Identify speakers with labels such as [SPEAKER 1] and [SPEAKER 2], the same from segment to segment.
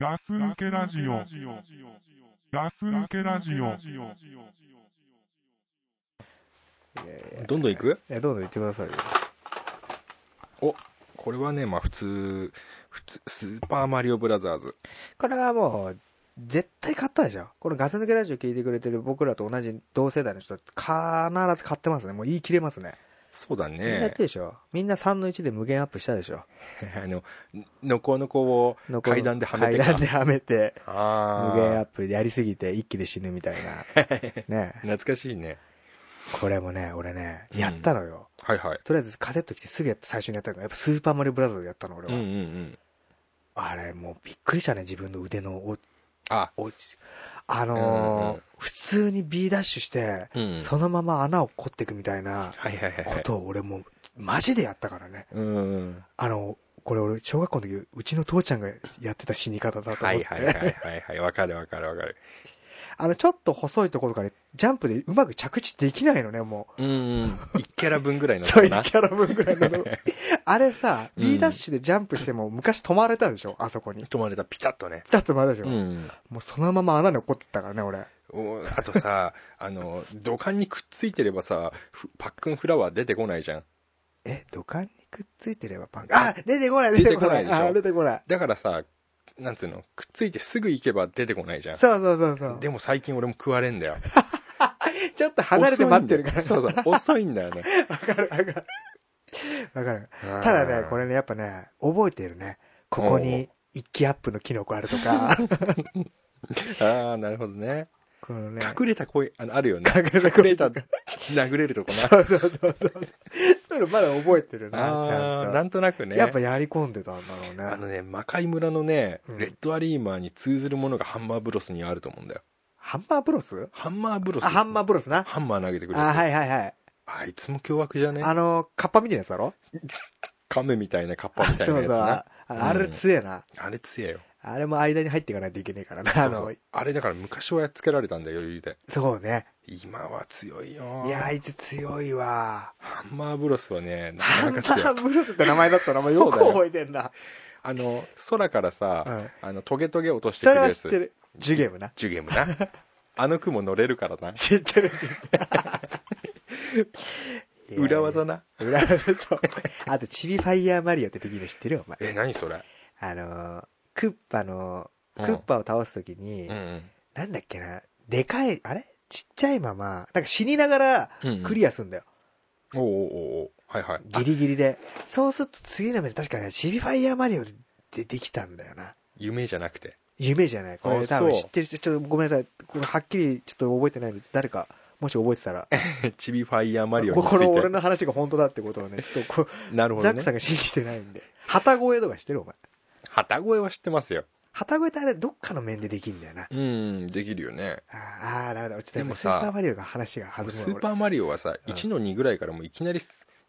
[SPEAKER 1] ガス抜けラジオ。ガス抜けラジオ。
[SPEAKER 2] いやいやい
[SPEAKER 3] どんどんいく
[SPEAKER 2] や、どんどん言ってくださいよ。
[SPEAKER 3] これはね、まあ普通、普通、スーパーマリオブラザーズ。
[SPEAKER 2] これはもう、絶対買ったでしょ。このガス抜けラジオ聞いてくれてる僕らと同じ同世代の人、必ず買ってますね。もう言い切れますね。
[SPEAKER 3] そうだ
[SPEAKER 2] みんなやっ
[SPEAKER 3] ね
[SPEAKER 2] て。るでしょ。みんな3の1で無限アップしたでしょ。
[SPEAKER 3] あの、のこのこを、
[SPEAKER 2] 残る
[SPEAKER 3] 階段ではめてか
[SPEAKER 2] 階段ではめて、無限ア
[SPEAKER 3] あ
[SPEAKER 2] ップでやりすぎて一気で死ぬみたい な。ね
[SPEAKER 3] あ、。懐かしいね。
[SPEAKER 2] これもね、俺ね、
[SPEAKER 3] うん
[SPEAKER 2] やったのよ。
[SPEAKER 3] はいはい。
[SPEAKER 2] とりあえずカセット来てすぐやった最初にやったのが、やっぱスーパーマリオブラザーズやったの、俺
[SPEAKER 3] うん
[SPEAKER 2] は。
[SPEAKER 3] うんうん。
[SPEAKER 2] あれ、もうびっくりしたね、自分の腕のお
[SPEAKER 3] あ、
[SPEAKER 2] おあ
[SPEAKER 3] うんうん
[SPEAKER 2] のー
[SPEAKER 3] うん
[SPEAKER 2] 普通に B ダッシュして、
[SPEAKER 3] うん。
[SPEAKER 2] そのまま穴を掘っていくみたいな
[SPEAKER 3] はいはいはい
[SPEAKER 2] こ
[SPEAKER 3] はい。
[SPEAKER 2] とを俺もうマジでやったからね。
[SPEAKER 3] うんうん。
[SPEAKER 2] あの、これ俺小学校の時、うちの父ちゃんがやってた死に方だと
[SPEAKER 3] は
[SPEAKER 2] 思っ
[SPEAKER 3] い
[SPEAKER 2] て。
[SPEAKER 3] はいはいはいはい。わかるわかるわかる。
[SPEAKER 2] あの、ちょっと細いところからジャンプでうまく着地できないのね、も。
[SPEAKER 3] うんうん。1キャラ分ぐらいう の
[SPEAKER 2] そうい
[SPEAKER 3] か
[SPEAKER 2] うキ
[SPEAKER 3] な。
[SPEAKER 2] ャラ分ぐらいな の。あれさ、
[SPEAKER 3] うん
[SPEAKER 2] B ダッシュでジャンプしても昔止まれたでしょ、あそこに。
[SPEAKER 3] 止まれた、ピタッとね。
[SPEAKER 2] だって止まれたでしょ。
[SPEAKER 3] うん。
[SPEAKER 2] もうそのまま穴に落っこってたからね、俺。
[SPEAKER 3] おあとさ、あの、土管にくっついてればさ、ふパックンフラワー出てこないじゃん。
[SPEAKER 2] え、土管にくっついてればパンあ出てこない、出てこない。
[SPEAKER 3] 出てこないでしょ
[SPEAKER 2] あ出てこない。
[SPEAKER 3] だからさ、なんつうの、くっついてすぐ行けば出てこないじゃん。
[SPEAKER 2] そうそうそうそう。
[SPEAKER 3] でも最近俺も食われんだよ。
[SPEAKER 2] ちょっと離れて待ってるから。
[SPEAKER 3] 遅いんだよそうそう、遅いんだよね。
[SPEAKER 2] わかるわかる。わかる。 ただね、これね、やっぱね、覚えてるね。ここに一気アップのキノコあると か、
[SPEAKER 3] れ。ああ、なるほどね。
[SPEAKER 2] このね、
[SPEAKER 3] 隠れた声、あのあるよね。
[SPEAKER 2] 隠れた
[SPEAKER 3] 隠れた、殴れるとこな。
[SPEAKER 2] そうそうそうそう。それまだ覚えてるな、ち
[SPEAKER 3] あ
[SPEAKER 2] ゃ
[SPEAKER 3] あ、
[SPEAKER 2] ん
[SPEAKER 3] な
[SPEAKER 2] と。
[SPEAKER 3] んとなくね。
[SPEAKER 2] やっぱやり込んでたんだろう
[SPEAKER 3] あ
[SPEAKER 2] ね。
[SPEAKER 3] のね、魔界村のね
[SPEAKER 2] う、ん
[SPEAKER 3] レッドアリーマーに通ずるものがハンマーブロスにはあると思うんだよ。
[SPEAKER 2] ハンマーブロス
[SPEAKER 3] ハンマーブロス。
[SPEAKER 2] あ、ハンマーブロスな。
[SPEAKER 3] ハンマー投げてくれる。
[SPEAKER 2] あ、はいはいはい。
[SPEAKER 3] あいつも凶悪じゃね
[SPEAKER 2] あの、カッパみたいなやつだろ
[SPEAKER 3] カメみたいなカッ
[SPEAKER 2] あ
[SPEAKER 3] パみたい
[SPEAKER 2] そ
[SPEAKER 3] なや
[SPEAKER 2] う
[SPEAKER 3] つ
[SPEAKER 2] そう。
[SPEAKER 3] な
[SPEAKER 2] あ。あれ強えな。
[SPEAKER 3] あれ強えよ。
[SPEAKER 2] あれも間に入っていかないといけねえからな。あ
[SPEAKER 3] そうそ
[SPEAKER 2] の
[SPEAKER 3] う、あれだから昔はやっつけられたんだよ、余裕で。
[SPEAKER 2] そうね。
[SPEAKER 3] 今は強いよ。
[SPEAKER 2] いや、あいつ強いわ。
[SPEAKER 3] ハンマーブロスはね、な
[SPEAKER 2] ハンマ
[SPEAKER 3] かなか強い。
[SPEAKER 2] ーブロスって名前だったのもよく覚えてんな。
[SPEAKER 3] あの、空からさ、
[SPEAKER 2] うん
[SPEAKER 3] あの、トゲトゲ落としてく
[SPEAKER 2] そ
[SPEAKER 3] る
[SPEAKER 2] れは
[SPEAKER 3] や
[SPEAKER 2] 知って
[SPEAKER 3] つ。
[SPEAKER 2] る。ジュゲームな。
[SPEAKER 3] ジュゲーム な。あの雲乗れるからな。
[SPEAKER 2] 知ってる、知ってる。
[SPEAKER 3] 裏技な。
[SPEAKER 2] 裏技そう。あと、チビファイヤーマリオってできるの知ってるお前。
[SPEAKER 3] え、何それ
[SPEAKER 2] あのー、クッパの、
[SPEAKER 3] う
[SPEAKER 2] ク
[SPEAKER 3] ん
[SPEAKER 2] ッパを倒すときに、
[SPEAKER 3] うんうん。
[SPEAKER 2] なんだっけな、でかい、あれちっちゃいまま、なんか死にながらク
[SPEAKER 3] ア。
[SPEAKER 2] リアすんだよ。
[SPEAKER 3] おうおうおうおうはいはい。
[SPEAKER 2] ギリギリで。そうすると次の目で確かね、チビファイヤーマリオでできたんだよな。
[SPEAKER 3] 夢じゃなくて。
[SPEAKER 2] 夢じゃない。こ
[SPEAKER 3] あ
[SPEAKER 2] れ多分
[SPEAKER 3] そう
[SPEAKER 2] 知ってる人、ちょっとごめんなさい。これはっきりちょっと覚えてないんで、誰か、もし覚えてたら、
[SPEAKER 3] チビファイヤーマリオにつ
[SPEAKER 2] こ
[SPEAKER 3] い
[SPEAKER 2] れ俺
[SPEAKER 3] て。
[SPEAKER 2] の話が本当だってことをね、ちょっとこう、
[SPEAKER 3] なるほ
[SPEAKER 2] ザ
[SPEAKER 3] ど
[SPEAKER 2] ックさ
[SPEAKER 3] ね。
[SPEAKER 2] んが信じてないんで。旗声とかしてるお前。
[SPEAKER 3] 旗声は知ってますよ。
[SPEAKER 2] 旗声ってあれ、どっかの面でできんだよな。
[SPEAKER 3] うん、できるよね。
[SPEAKER 2] あーあー、なるほど。ちょっと
[SPEAKER 3] で
[SPEAKER 2] で
[SPEAKER 3] も
[SPEAKER 2] も
[SPEAKER 3] さ
[SPEAKER 2] スーパーマリオが話が弾むわ
[SPEAKER 3] スー
[SPEAKER 2] 俺
[SPEAKER 3] パーマリオはさ、
[SPEAKER 2] うん
[SPEAKER 3] 1の2ぐらいからもういきなり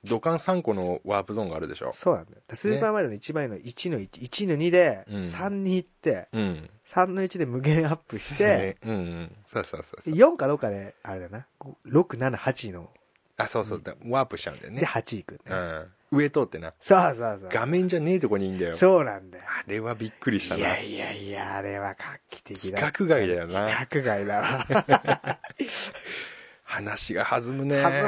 [SPEAKER 3] 土管3個のワープゾーンがあるでしょ。
[SPEAKER 2] そうなんだよ。スーパーマリオの一番の1の1、1の2で、
[SPEAKER 3] うん
[SPEAKER 2] 3に行って、
[SPEAKER 3] うん。
[SPEAKER 2] 3の1で無限アップ して、
[SPEAKER 3] ね、うんうん。そうそうそうそう。
[SPEAKER 2] 4かどうかで、あれだな、こう6、7、8の、
[SPEAKER 3] あ、そうそう。だワープしちゃうんだよ
[SPEAKER 2] で
[SPEAKER 3] ね。
[SPEAKER 2] 8行くんだ
[SPEAKER 3] う
[SPEAKER 2] よ。
[SPEAKER 3] ん。上通ってな。
[SPEAKER 2] そうそうそ
[SPEAKER 3] 画面じゃねえとこにいんだよ
[SPEAKER 2] う。。そうなんだよ。
[SPEAKER 3] あれはびっくりした
[SPEAKER 2] い
[SPEAKER 3] な
[SPEAKER 2] や。いやいや、あれは画期的だ。
[SPEAKER 3] 規格外だよな。
[SPEAKER 2] 規格外だ わ。
[SPEAKER 3] 話が弾むね。
[SPEAKER 2] 弾む。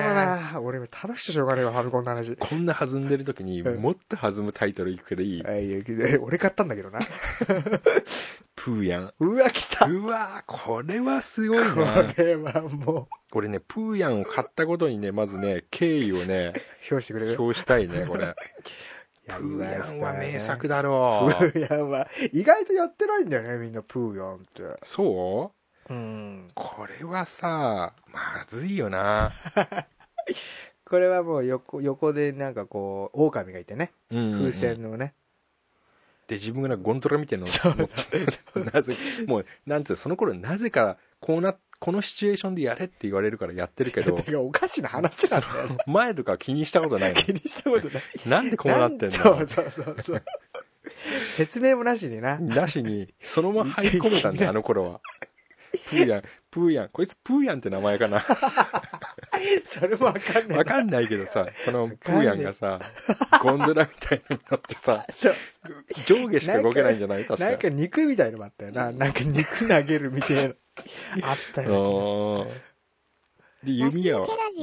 [SPEAKER 2] な俺も楽しくてしょうがねえわ、ファミコンの話。
[SPEAKER 3] こんな弾んでる時に
[SPEAKER 2] うん
[SPEAKER 3] もっと弾むタイトルいくけどいい。
[SPEAKER 2] あいやえ俺買ったんだけどな。
[SPEAKER 3] プーヤン。
[SPEAKER 2] うわ、来た。
[SPEAKER 3] うわーこれはすごいな
[SPEAKER 2] こ。れはも
[SPEAKER 3] 俺ね、プーヤンを買ったことにね、まずね、敬意をね、
[SPEAKER 2] う、表してくれる。
[SPEAKER 3] 表したいね、これ。
[SPEAKER 2] やり
[SPEAKER 3] プー
[SPEAKER 2] ま
[SPEAKER 3] ヤ
[SPEAKER 2] した
[SPEAKER 3] ン
[SPEAKER 2] ね
[SPEAKER 3] は名作だろう。
[SPEAKER 2] プーヤンは、意外とやってないんだよね、みんな、プーヤンって。
[SPEAKER 3] そう
[SPEAKER 2] うん。
[SPEAKER 3] これはさ、まずいよな。
[SPEAKER 2] これはもう横、横でなんかこう、狼がいてね、
[SPEAKER 3] うんうんうん
[SPEAKER 2] 風船のね。
[SPEAKER 3] で、自分がなんかゴンドラみたいなの持ってなぜ、もう、 なんつう、その頃なぜか、こうな、このシチュエーションでやれって言われるからやってるけど
[SPEAKER 2] て、か、おかしな話なんだよね。
[SPEAKER 3] 前とか気にしたことないの
[SPEAKER 2] 気にしたことない。
[SPEAKER 3] なんでこうなってん
[SPEAKER 2] そ
[SPEAKER 3] の
[SPEAKER 2] うそうそうそう。説明もなしに な。
[SPEAKER 3] なしに、そのまま入り込 めたんだよ、あの頃は。プーヤン、プーヤン、こいつプーヤンって名前かな。
[SPEAKER 2] それもわかんない。
[SPEAKER 3] わかんないけどさ、このプーヤンがさ、ゴンドラみたいなのに乗ってさ、
[SPEAKER 2] そう。
[SPEAKER 3] 上下しか動けないんじゃない確か
[SPEAKER 2] なんか肉みたいのもあったよな。なんか肉投げるみたいな。あった
[SPEAKER 3] あ
[SPEAKER 2] よ。
[SPEAKER 3] ーで、弓矢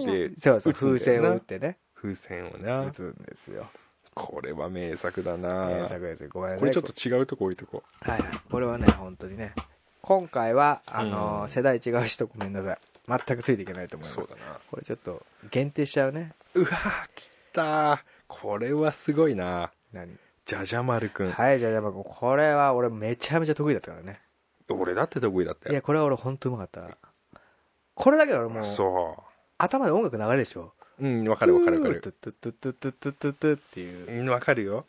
[SPEAKER 3] で
[SPEAKER 2] そうそう、
[SPEAKER 3] 撃つん
[SPEAKER 2] 風
[SPEAKER 3] だよ
[SPEAKER 2] 船
[SPEAKER 3] な
[SPEAKER 2] を打ってね。
[SPEAKER 3] 風船を
[SPEAKER 2] 打
[SPEAKER 3] な。
[SPEAKER 2] つんですよ。
[SPEAKER 3] これは名作だな。
[SPEAKER 2] 名作ですよ。ごめんなさい。
[SPEAKER 3] これちょっと違うとこ置いとこ
[SPEAKER 2] はいはい。これはね、本当にね。今回は、あのー
[SPEAKER 3] うん
[SPEAKER 2] 世代違う人ごめんなさい。全くついていけないと
[SPEAKER 3] う。
[SPEAKER 2] 思います。
[SPEAKER 3] だな。
[SPEAKER 2] これちょっと限定しちゃうね。
[SPEAKER 3] うわー、来たー。これはすごいな。
[SPEAKER 2] 何、
[SPEAKER 3] じゃじゃ丸くん。
[SPEAKER 2] はい、じゃあ、やっぱこれは俺めちゃめちゃ得意だったからね。
[SPEAKER 3] 俺だって得意だった
[SPEAKER 2] い
[SPEAKER 3] よ。
[SPEAKER 2] や、これは俺本当うまかった。これだけど俺もう、
[SPEAKER 3] そ
[SPEAKER 2] 頭で音楽流れるでしょ。
[SPEAKER 3] う。うん、わ
[SPEAKER 2] わ
[SPEAKER 3] かるわかるわか
[SPEAKER 2] トゥ
[SPEAKER 3] る。
[SPEAKER 2] トゥトゥトゥトゥトゥトゥトゥっていうう。
[SPEAKER 3] ん、わかるよ。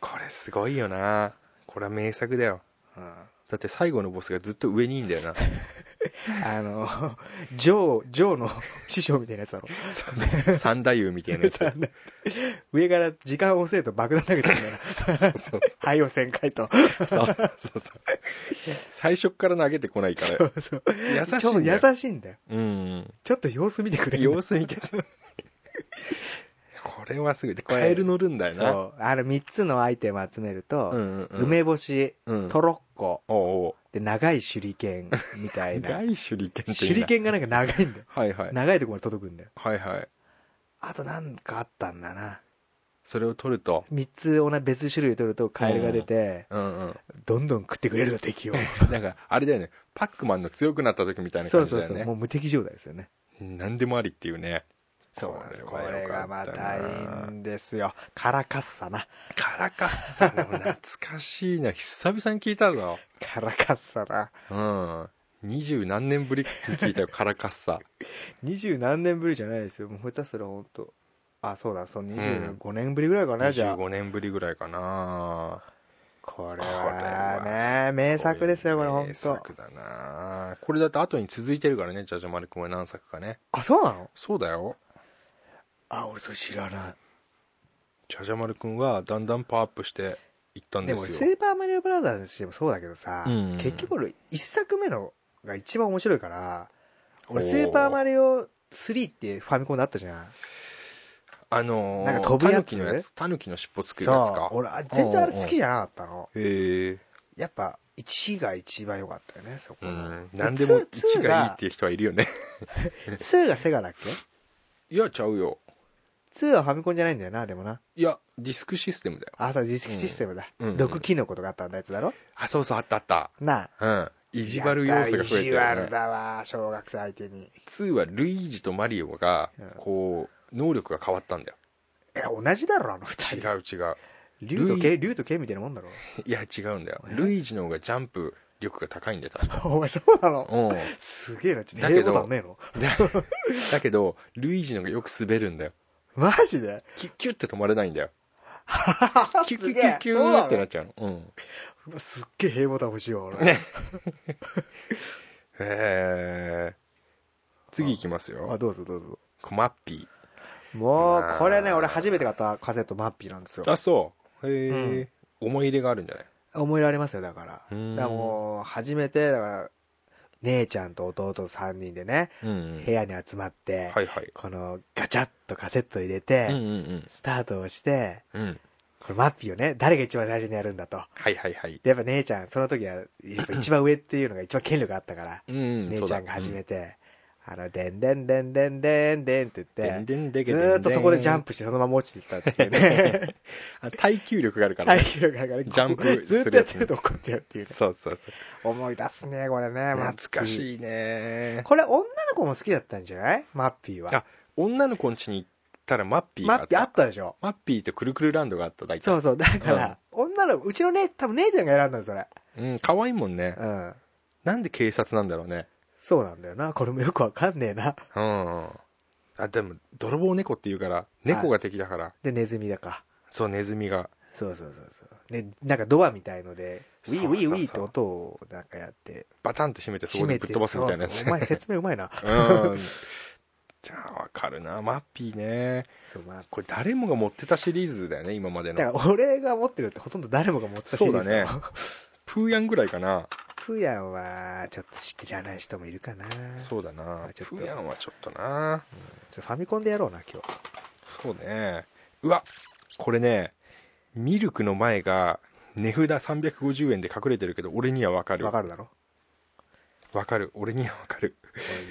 [SPEAKER 3] これすごいよな。これは名作だよ。
[SPEAKER 2] うん
[SPEAKER 3] だって最後のボスがずっと上にいんだよな。
[SPEAKER 2] あの、 ジョー、ジョーの師匠みたいなやつだろ。
[SPEAKER 3] 三太夫みたいなやつ。そう
[SPEAKER 2] 上から時間を押せと爆弾投げてるから、
[SPEAKER 3] そう
[SPEAKER 2] はい、汚染回と。
[SPEAKER 3] そうそうそう。最初っから投げてこないか
[SPEAKER 2] そ
[SPEAKER 3] ら。
[SPEAKER 2] うそう。
[SPEAKER 3] 優し
[SPEAKER 2] ち
[SPEAKER 3] い
[SPEAKER 2] ょっ
[SPEAKER 3] んだよ。
[SPEAKER 2] と優しいんだよ。
[SPEAKER 3] うん。
[SPEAKER 2] ちょっと様子見てくれ
[SPEAKER 3] 様子見て。これはすごい。で、カエル乗るんだよな。
[SPEAKER 2] そう。あの、3つのアイテム集めると、
[SPEAKER 3] んんうん
[SPEAKER 2] 梅干し、
[SPEAKER 3] うん
[SPEAKER 2] トロッコ、
[SPEAKER 3] おうおう
[SPEAKER 2] で、長い手裏剣みたいな。
[SPEAKER 3] 長い手裏剣ってい
[SPEAKER 2] 手
[SPEAKER 3] いな
[SPEAKER 2] 裏剣がなんか長いんだよ。
[SPEAKER 3] はいはい
[SPEAKER 2] 長いとこまで届くんだよ。
[SPEAKER 3] はいはい
[SPEAKER 2] あとなんかあったんだな。
[SPEAKER 3] それを取ると
[SPEAKER 2] 3つ同じ別種類取るとカエルが出て、
[SPEAKER 3] うん うん
[SPEAKER 2] どんどん食ってくれるの敵を。
[SPEAKER 3] なんかあれだよねパックマンの強くなった時みたいな
[SPEAKER 2] そ
[SPEAKER 3] 感
[SPEAKER 2] う
[SPEAKER 3] じ
[SPEAKER 2] そう
[SPEAKER 3] だよ
[SPEAKER 2] そう。も
[SPEAKER 3] ね
[SPEAKER 2] う無敵状態ですよね。
[SPEAKER 3] 何でもありっていうね
[SPEAKER 2] そうなんですよ。
[SPEAKER 3] こ
[SPEAKER 2] こ
[SPEAKER 3] れは
[SPEAKER 2] れが
[SPEAKER 3] よか
[SPEAKER 2] ま
[SPEAKER 3] ったな
[SPEAKER 2] たいいんですよ。からかっさな。
[SPEAKER 3] カラカッサも懐かしいな久々に聞いたぞ
[SPEAKER 2] からかっさな。
[SPEAKER 3] うん二十何年ぶりに聞い たよカラカッサ
[SPEAKER 2] 二十何年ぶりじゃないですよ。もう下手すら本当。あ、そうだ、そう、
[SPEAKER 3] ん
[SPEAKER 2] 25年ぶりぐらいかな、じゃあ。
[SPEAKER 3] 25年ぶりぐらいかな
[SPEAKER 2] これ
[SPEAKER 3] これ
[SPEAKER 2] は
[SPEAKER 3] は
[SPEAKER 2] ね、名作ですよ、これ本
[SPEAKER 3] 名
[SPEAKER 2] 当。
[SPEAKER 3] 作だなこれだって後に続いてるからねじゃじゃ丸くんは何作かね
[SPEAKER 2] あ、そうなの
[SPEAKER 3] そうだよ
[SPEAKER 2] あ、俺それ知らな
[SPEAKER 3] じゃじゃ丸くんはだんだんパワーアップしていったん
[SPEAKER 2] い。
[SPEAKER 3] で
[SPEAKER 2] です
[SPEAKER 3] よ
[SPEAKER 2] も、スーパーマリオブラザーズにしてもそうだけどさ、
[SPEAKER 3] うん
[SPEAKER 2] 結局俺、一作目のが一番面白いから、俺、
[SPEAKER 3] おー
[SPEAKER 2] スーパーマリオ3ってファミコンであったじゃん。
[SPEAKER 3] あのー、
[SPEAKER 2] なんか飛ぶやつ
[SPEAKER 3] タヌキのやつタヌキの尻尾作るやつか
[SPEAKER 2] そう俺、あ全然あれ好きじゃなかったの。
[SPEAKER 3] へえ
[SPEAKER 2] やっぱ、1が一番良かったよね、そこ
[SPEAKER 3] う
[SPEAKER 2] の。
[SPEAKER 3] ん何でも
[SPEAKER 2] ツーツー
[SPEAKER 3] 1
[SPEAKER 2] が
[SPEAKER 3] がいいっていう人はいるよね
[SPEAKER 2] 2がセガだっけ
[SPEAKER 3] いやちゃうよ
[SPEAKER 2] ?2 はファミコンじゃないんだよな、でもな。
[SPEAKER 3] いやディスクシステムだよ
[SPEAKER 2] あ、そう、ディスクシステムだ。
[SPEAKER 3] うんうん
[SPEAKER 2] 毒キノコとかあったんだやつだろ
[SPEAKER 3] あそうそうあったあった
[SPEAKER 2] なあ。
[SPEAKER 3] うん意地悪要素が増え
[SPEAKER 2] 意
[SPEAKER 3] て
[SPEAKER 2] 地悪
[SPEAKER 3] る、ね、
[SPEAKER 2] だわ、小学生相手に。
[SPEAKER 3] 2はルイージとマリオが
[SPEAKER 2] うん
[SPEAKER 3] こう能力が変わったんだよ
[SPEAKER 2] え、同じだろ、あの二人。
[SPEAKER 3] 違う違う
[SPEAKER 2] 竜と剣、竜と剣みたいなもんだろ。
[SPEAKER 3] いや違うんだよ
[SPEAKER 2] え
[SPEAKER 3] ルイージの方がジャンプ力が高いんだよ確か
[SPEAKER 2] お前そうなの
[SPEAKER 3] うん
[SPEAKER 2] すげえな、ちょっと
[SPEAKER 3] だけ
[SPEAKER 2] 英
[SPEAKER 3] ど
[SPEAKER 2] 語だねえの。
[SPEAKER 3] だ だけどルイージの方がよく滑るんだよ
[SPEAKER 2] マジで
[SPEAKER 3] キュッキュッて止まれないんだよキュッキュッキュッキュ
[SPEAKER 2] そうな
[SPEAKER 3] ッ
[SPEAKER 2] の
[SPEAKER 3] ってなっちゃうのうん
[SPEAKER 2] うわすっげえ平凡だ欲しいわ、俺。
[SPEAKER 3] ね へえ次行きます
[SPEAKER 2] あ、
[SPEAKER 3] よ
[SPEAKER 2] どうぞどうぞ。
[SPEAKER 3] コマッピ
[SPEAKER 2] も
[SPEAKER 3] ま
[SPEAKER 2] う
[SPEAKER 3] あ、
[SPEAKER 2] これね、俺初めて買ったカセットマッピーなんですよ
[SPEAKER 3] ー。あそうへえ、思い入れがあるんじゃない
[SPEAKER 2] 思い入れありますよ、だから。だか
[SPEAKER 3] うーん
[SPEAKER 2] らもう、初めて、だから、姉ちゃんと弟3人でね、
[SPEAKER 3] うんうん
[SPEAKER 2] 部屋に集まって、
[SPEAKER 3] はいはい
[SPEAKER 2] このガチャッとカセット入れ
[SPEAKER 3] うん
[SPEAKER 2] て、
[SPEAKER 3] うん
[SPEAKER 2] スタートをして、
[SPEAKER 3] うんうん
[SPEAKER 2] これマッピーをね、誰が一番最初にやるんだと。
[SPEAKER 3] はいはいはい
[SPEAKER 2] で、やっぱ姉ちゃん、その時は、やっぱ一番上っていうのが一番権力あったから、
[SPEAKER 3] うんうん
[SPEAKER 2] 姉
[SPEAKER 3] そう
[SPEAKER 2] ち
[SPEAKER 3] だ
[SPEAKER 2] ゃんが始めて、あの、でんでんでんでんでんでんって
[SPEAKER 3] うんで
[SPEAKER 2] 言っ
[SPEAKER 3] ん
[SPEAKER 2] て、
[SPEAKER 3] でんでけ
[SPEAKER 2] ず
[SPEAKER 3] でん
[SPEAKER 2] ーっとそこでジャン
[SPEAKER 3] プ
[SPEAKER 2] プしてそのまま落ちていったっていうね。
[SPEAKER 3] 耐久力が あるから
[SPEAKER 2] 体
[SPEAKER 3] ね
[SPEAKER 2] 力が上がる。
[SPEAKER 3] ジャンプするや
[SPEAKER 2] ず
[SPEAKER 3] つね
[SPEAKER 2] ーっとやってると怒っちゃうっていうね。
[SPEAKER 3] そうそうそう
[SPEAKER 2] 思い出すね、これね。
[SPEAKER 3] 懐か
[SPEAKER 2] い。
[SPEAKER 3] しいね
[SPEAKER 2] これ女の子も好きだったんじゃないマッピー
[SPEAKER 3] あ
[SPEAKER 2] は。
[SPEAKER 3] 女の子ん家に行ったらマッピーが
[SPEAKER 2] マ
[SPEAKER 3] あっ
[SPEAKER 2] ッピ
[SPEAKER 3] た
[SPEAKER 2] ーあったでしょ。
[SPEAKER 3] マッピーとくるくるランドがあった大体
[SPEAKER 2] そうそう。だから、女の子、うちの姉、多分姉ちゃんが選んだんそれ。
[SPEAKER 3] うん可愛いもんね
[SPEAKER 2] うん。
[SPEAKER 3] なんで警察なんだろうね
[SPEAKER 2] そうなんだよな。これもよくわかんねえな。
[SPEAKER 3] うんあでも泥棒猫って言うから猫が敵だから
[SPEAKER 2] で、ネズミだか。
[SPEAKER 3] そうネズミが
[SPEAKER 2] そうそうそうそう。ね、なんかドアみたいので、ウィー
[SPEAKER 3] そう
[SPEAKER 2] ウ
[SPEAKER 3] そ
[SPEAKER 2] ィ
[SPEAKER 3] うそ
[SPEAKER 2] ー
[SPEAKER 3] う
[SPEAKER 2] ウィーって音をなんかやって、
[SPEAKER 3] バタンって閉めてそ
[SPEAKER 2] 閉
[SPEAKER 3] こ
[SPEAKER 2] め
[SPEAKER 3] で
[SPEAKER 2] て、
[SPEAKER 3] ぶっ飛ばすみたいなやつ
[SPEAKER 2] そうそうお前説明うまいな。
[SPEAKER 3] うんじゃあわかるなマッピーね
[SPEAKER 2] そう、まあ。
[SPEAKER 3] これ誰もが持ってたシリーズだよね今まで
[SPEAKER 2] だか
[SPEAKER 3] の
[SPEAKER 2] ら俺が持ってるってほとんど誰もが持ってたシリーズ
[SPEAKER 3] そうだねプーヤンぐらいかな
[SPEAKER 2] プヤンは、ちょっと知ってらない人もいるかな。
[SPEAKER 3] そうだな
[SPEAKER 2] あちょっと
[SPEAKER 3] プヤンはちょっとな
[SPEAKER 2] ちょっとファミコンでやろうな、今日。
[SPEAKER 3] そうねうわこれねミルクの前が値札350円で隠れてるけど俺にはわかる
[SPEAKER 2] わかるだろ
[SPEAKER 3] わかる俺にはわかる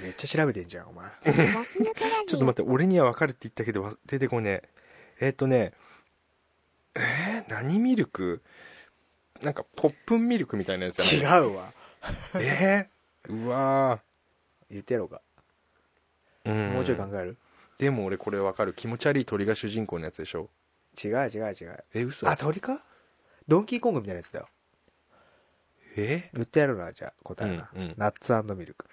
[SPEAKER 2] おいめっちゃ調べてんじゃん、お前。
[SPEAKER 4] ガス抜けラ
[SPEAKER 3] ち
[SPEAKER 4] ジ
[SPEAKER 3] ょっと
[SPEAKER 4] オ
[SPEAKER 3] 待って俺にはわかるって言ったけどわ出てこねええっ、とねえー、何ミルクなんかポップンミルクみたいなやつじゃ
[SPEAKER 2] 違
[SPEAKER 3] ないう
[SPEAKER 2] わ。
[SPEAKER 3] えー、うわ
[SPEAKER 2] 言ってやろうか。
[SPEAKER 3] ーん
[SPEAKER 2] もうちょい考える
[SPEAKER 3] でも俺これわかる気持ち悪い鳥が主人公のやつでしょ
[SPEAKER 2] 違う違う違う。
[SPEAKER 3] え嘘
[SPEAKER 2] あ、鳥かドンキーコングみたいなやつだよ。
[SPEAKER 3] え
[SPEAKER 2] 言ってやるな、じゃあ、答えな。
[SPEAKER 3] うんうん
[SPEAKER 2] ナッツミルク。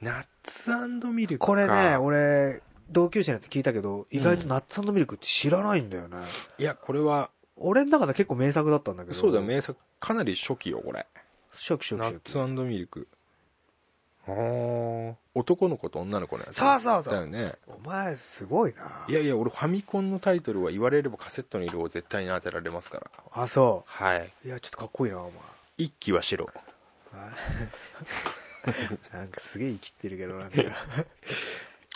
[SPEAKER 3] ナッツミルクか
[SPEAKER 2] これね、俺、同級生のやつ聞いたけど、意外とナッツミルクって知らないんだよね。
[SPEAKER 3] いやこれは
[SPEAKER 2] 俺の中で結構名作だったんだけど。
[SPEAKER 3] そうだ。名作かなり初期よこれ
[SPEAKER 2] ショキショキ
[SPEAKER 3] ナ
[SPEAKER 2] シ
[SPEAKER 3] ッ
[SPEAKER 2] ョキ。
[SPEAKER 3] ツミルクあー男の子と女の子のやつ
[SPEAKER 2] そうそうそう
[SPEAKER 3] だよね
[SPEAKER 2] お前、すごいな。
[SPEAKER 3] いやいや俺ファミコンのタイトルは言われればカセットの色を絶対に当てられますから
[SPEAKER 2] あ、そ
[SPEAKER 3] はい。
[SPEAKER 2] う。いや、ちょっとかっこいいな、お前。
[SPEAKER 3] 一機は白。
[SPEAKER 2] なんかすげえ生きってるけど、なんか。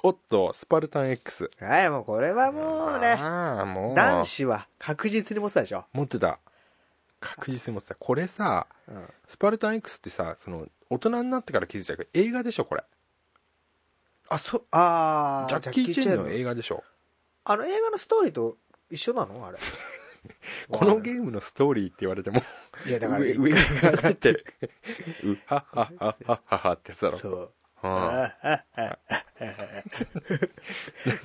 [SPEAKER 3] おっと、スパルタン X。
[SPEAKER 2] はい、もうこれはもうね、
[SPEAKER 3] ああ、もう。
[SPEAKER 2] 男子は確実に持ってたでしょ。
[SPEAKER 3] 持ってた。確実に持ってた。これさ、
[SPEAKER 2] うん。
[SPEAKER 3] スパルタン X ってさ、その、大人になってから気づいたけど、映画でしょ、これ。
[SPEAKER 2] あ、そ、あー
[SPEAKER 3] ジャッキー・チェンの
[SPEAKER 2] の
[SPEAKER 3] 映画でしょ。
[SPEAKER 2] あの映画のストーリーと一緒なのあれ。
[SPEAKER 3] このゲームのストーリーって言われても、
[SPEAKER 2] いや、だから、
[SPEAKER 3] 上、上が上がって、うははははははってやつだ ろ。
[SPEAKER 2] そう。
[SPEAKER 3] うん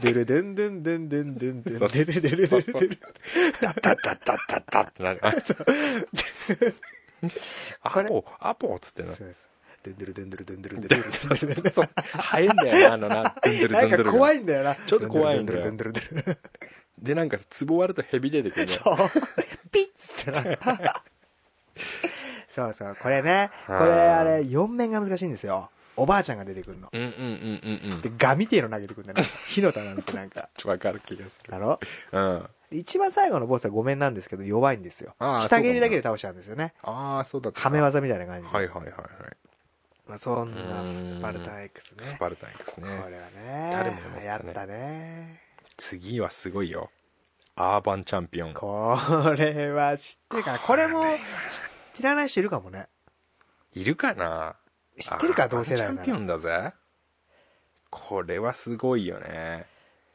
[SPEAKER 2] でるでんでんでんでんでんでん
[SPEAKER 3] そう
[SPEAKER 2] でるでるでるでる。
[SPEAKER 3] だだだだだだってなる。アポ、アポっつってな。
[SPEAKER 2] でんでるでんでるでんでるでる
[SPEAKER 3] そうそうそうそう。早いんだよな、あのな。ドゥンドゥルド
[SPEAKER 2] なん
[SPEAKER 3] ゥンドゥル
[SPEAKER 2] か
[SPEAKER 3] が
[SPEAKER 2] 怖いんだよな。
[SPEAKER 3] ちょっと怖いんだよ
[SPEAKER 2] でんでるでんでるでんでるでる
[SPEAKER 3] で、なんか、壺割るとヘビ出てくるね。
[SPEAKER 2] そう。ピッつってな。そうそう。これね、これあれ、4面が難しいんですよ。おばあちゃんが出てくるの。
[SPEAKER 3] うんうんうんうんうん。
[SPEAKER 2] で、ガみてえの投げてくるんだよね。火の玉みたいななんか。
[SPEAKER 3] わかる気がする。
[SPEAKER 2] だろ
[SPEAKER 3] うん。あ
[SPEAKER 2] 一番最後のボスは5面なんですけど弱いんですよ
[SPEAKER 3] あ。ー
[SPEAKER 2] 下蹴りだけで倒しちゃうんですよね。
[SPEAKER 3] あー、そうだった。
[SPEAKER 2] はめ。技みたいな感じで。
[SPEAKER 3] はいはいはいは
[SPEAKER 2] まあ、そんな
[SPEAKER 3] うーん
[SPEAKER 2] スパルタン X ね。
[SPEAKER 3] い。スパルタン X ね
[SPEAKER 2] こ。れはね、
[SPEAKER 3] 誰も思ったね
[SPEAKER 2] 流行ったね。
[SPEAKER 3] 次はすごいよ。アーバンチャンピオ ン。
[SPEAKER 2] これは知ってるかな。これも知らない人いるかもね。
[SPEAKER 3] いるかな
[SPEAKER 2] 知ってるか、同世
[SPEAKER 3] ア
[SPEAKER 2] 代
[SPEAKER 3] ーバ
[SPEAKER 2] な
[SPEAKER 3] ンチャ
[SPEAKER 2] ら。
[SPEAKER 3] ンピオンだぜ。これはすごいよね。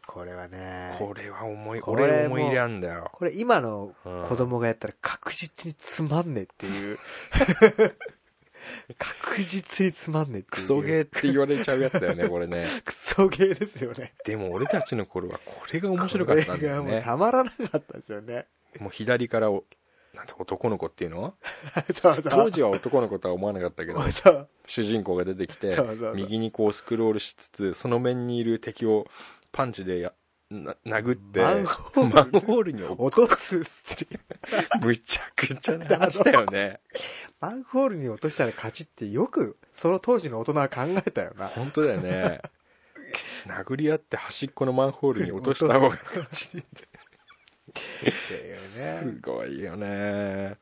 [SPEAKER 2] これはね、
[SPEAKER 3] これは思い、
[SPEAKER 2] これも
[SPEAKER 3] 俺思い入れあんだよ。
[SPEAKER 2] これ今の
[SPEAKER 3] うん
[SPEAKER 2] 子供がやったら確実につまんねえって いう。確実につまんねえっていう。
[SPEAKER 3] クソゲーって言われちゃうやつ だよね、これね。
[SPEAKER 2] クソゲーですよね。
[SPEAKER 3] でも俺たちの頃はこれが面白かったんだよ
[SPEAKER 2] これがもう
[SPEAKER 3] ね。
[SPEAKER 2] たまらなかったですよ ね。
[SPEAKER 3] もう左からお、なんて男の子っていうの
[SPEAKER 2] そうそう。
[SPEAKER 3] 当時は男の子とは思わなかったけど
[SPEAKER 2] そう、そう
[SPEAKER 3] 主人公が出てきて
[SPEAKER 2] そう、そう。
[SPEAKER 3] 右にこうスクロールしつつ、その面にいる敵をパンチでやな殴って、
[SPEAKER 2] マンホール
[SPEAKER 3] マンホール に落
[SPEAKER 2] 落とすって。
[SPEAKER 3] むちゃくちゃな話だよね。
[SPEAKER 2] マンホールに落としたら勝ちってよくその当時の大人は考えたよな。
[SPEAKER 3] 本当だよね。殴り合って端っこのマンホールに落とした方が勝ちすごいよね。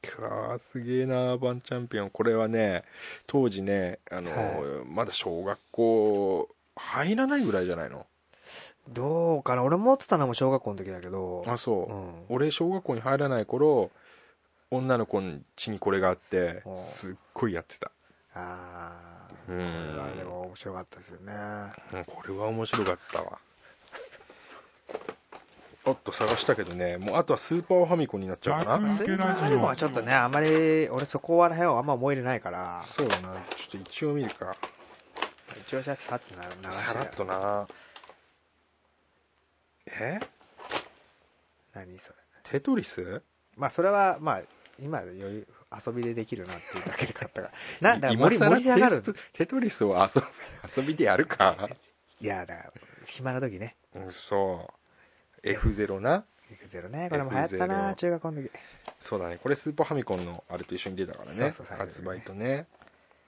[SPEAKER 3] くわーすげえな、アーバンチャンピオン。これはね、当時ね、あの、
[SPEAKER 2] は
[SPEAKER 3] まだ小学校入らないぐらいじゃないの
[SPEAKER 2] どうかな俺持ってたのも小学校の時だけど。
[SPEAKER 3] あ、そうう。
[SPEAKER 2] ん。
[SPEAKER 3] 俺、小学校に入らない頃、女の子ん家にこれがあって
[SPEAKER 2] お、
[SPEAKER 3] すっごいやってた。
[SPEAKER 2] ああ。
[SPEAKER 3] う
[SPEAKER 2] これはで
[SPEAKER 3] ん。
[SPEAKER 2] も面白かったですよね。
[SPEAKER 3] うんこれは面白かったわ。おっと、探したけどね、もうあとはスーパーファミコンになっちゃうかな。
[SPEAKER 1] スーパーファ
[SPEAKER 2] 最
[SPEAKER 1] ミ
[SPEAKER 2] 後
[SPEAKER 1] コン
[SPEAKER 2] はちょっとね、あんまり、俺そこら辺はあんま思い入れないから、
[SPEAKER 3] そうだな、ちょっと一応見るか。
[SPEAKER 2] 一応じゃあさってな流し
[SPEAKER 3] さ
[SPEAKER 2] て
[SPEAKER 3] らっとなえ
[SPEAKER 2] 何それ。
[SPEAKER 3] テトリス
[SPEAKER 2] まあそれは、まあ、今より遊びでできるなっていうだけで買 ったから。なんだ、
[SPEAKER 3] 今
[SPEAKER 2] 盛り
[SPEAKER 3] 更
[SPEAKER 2] 盛り上がる
[SPEAKER 3] テ。ストテトリスを遊び遊 びでやるか
[SPEAKER 2] いや、だから、暇な時ね。
[SPEAKER 3] うんそう。F0 な。
[SPEAKER 2] F0 ね、これも流行ったな、
[SPEAKER 3] F0
[SPEAKER 2] 中学校の時。
[SPEAKER 3] そうだね。これスーパーファミコンのあれと一緒に出たからね。
[SPEAKER 2] そうそう最初
[SPEAKER 3] 発
[SPEAKER 2] にね
[SPEAKER 3] 売とね。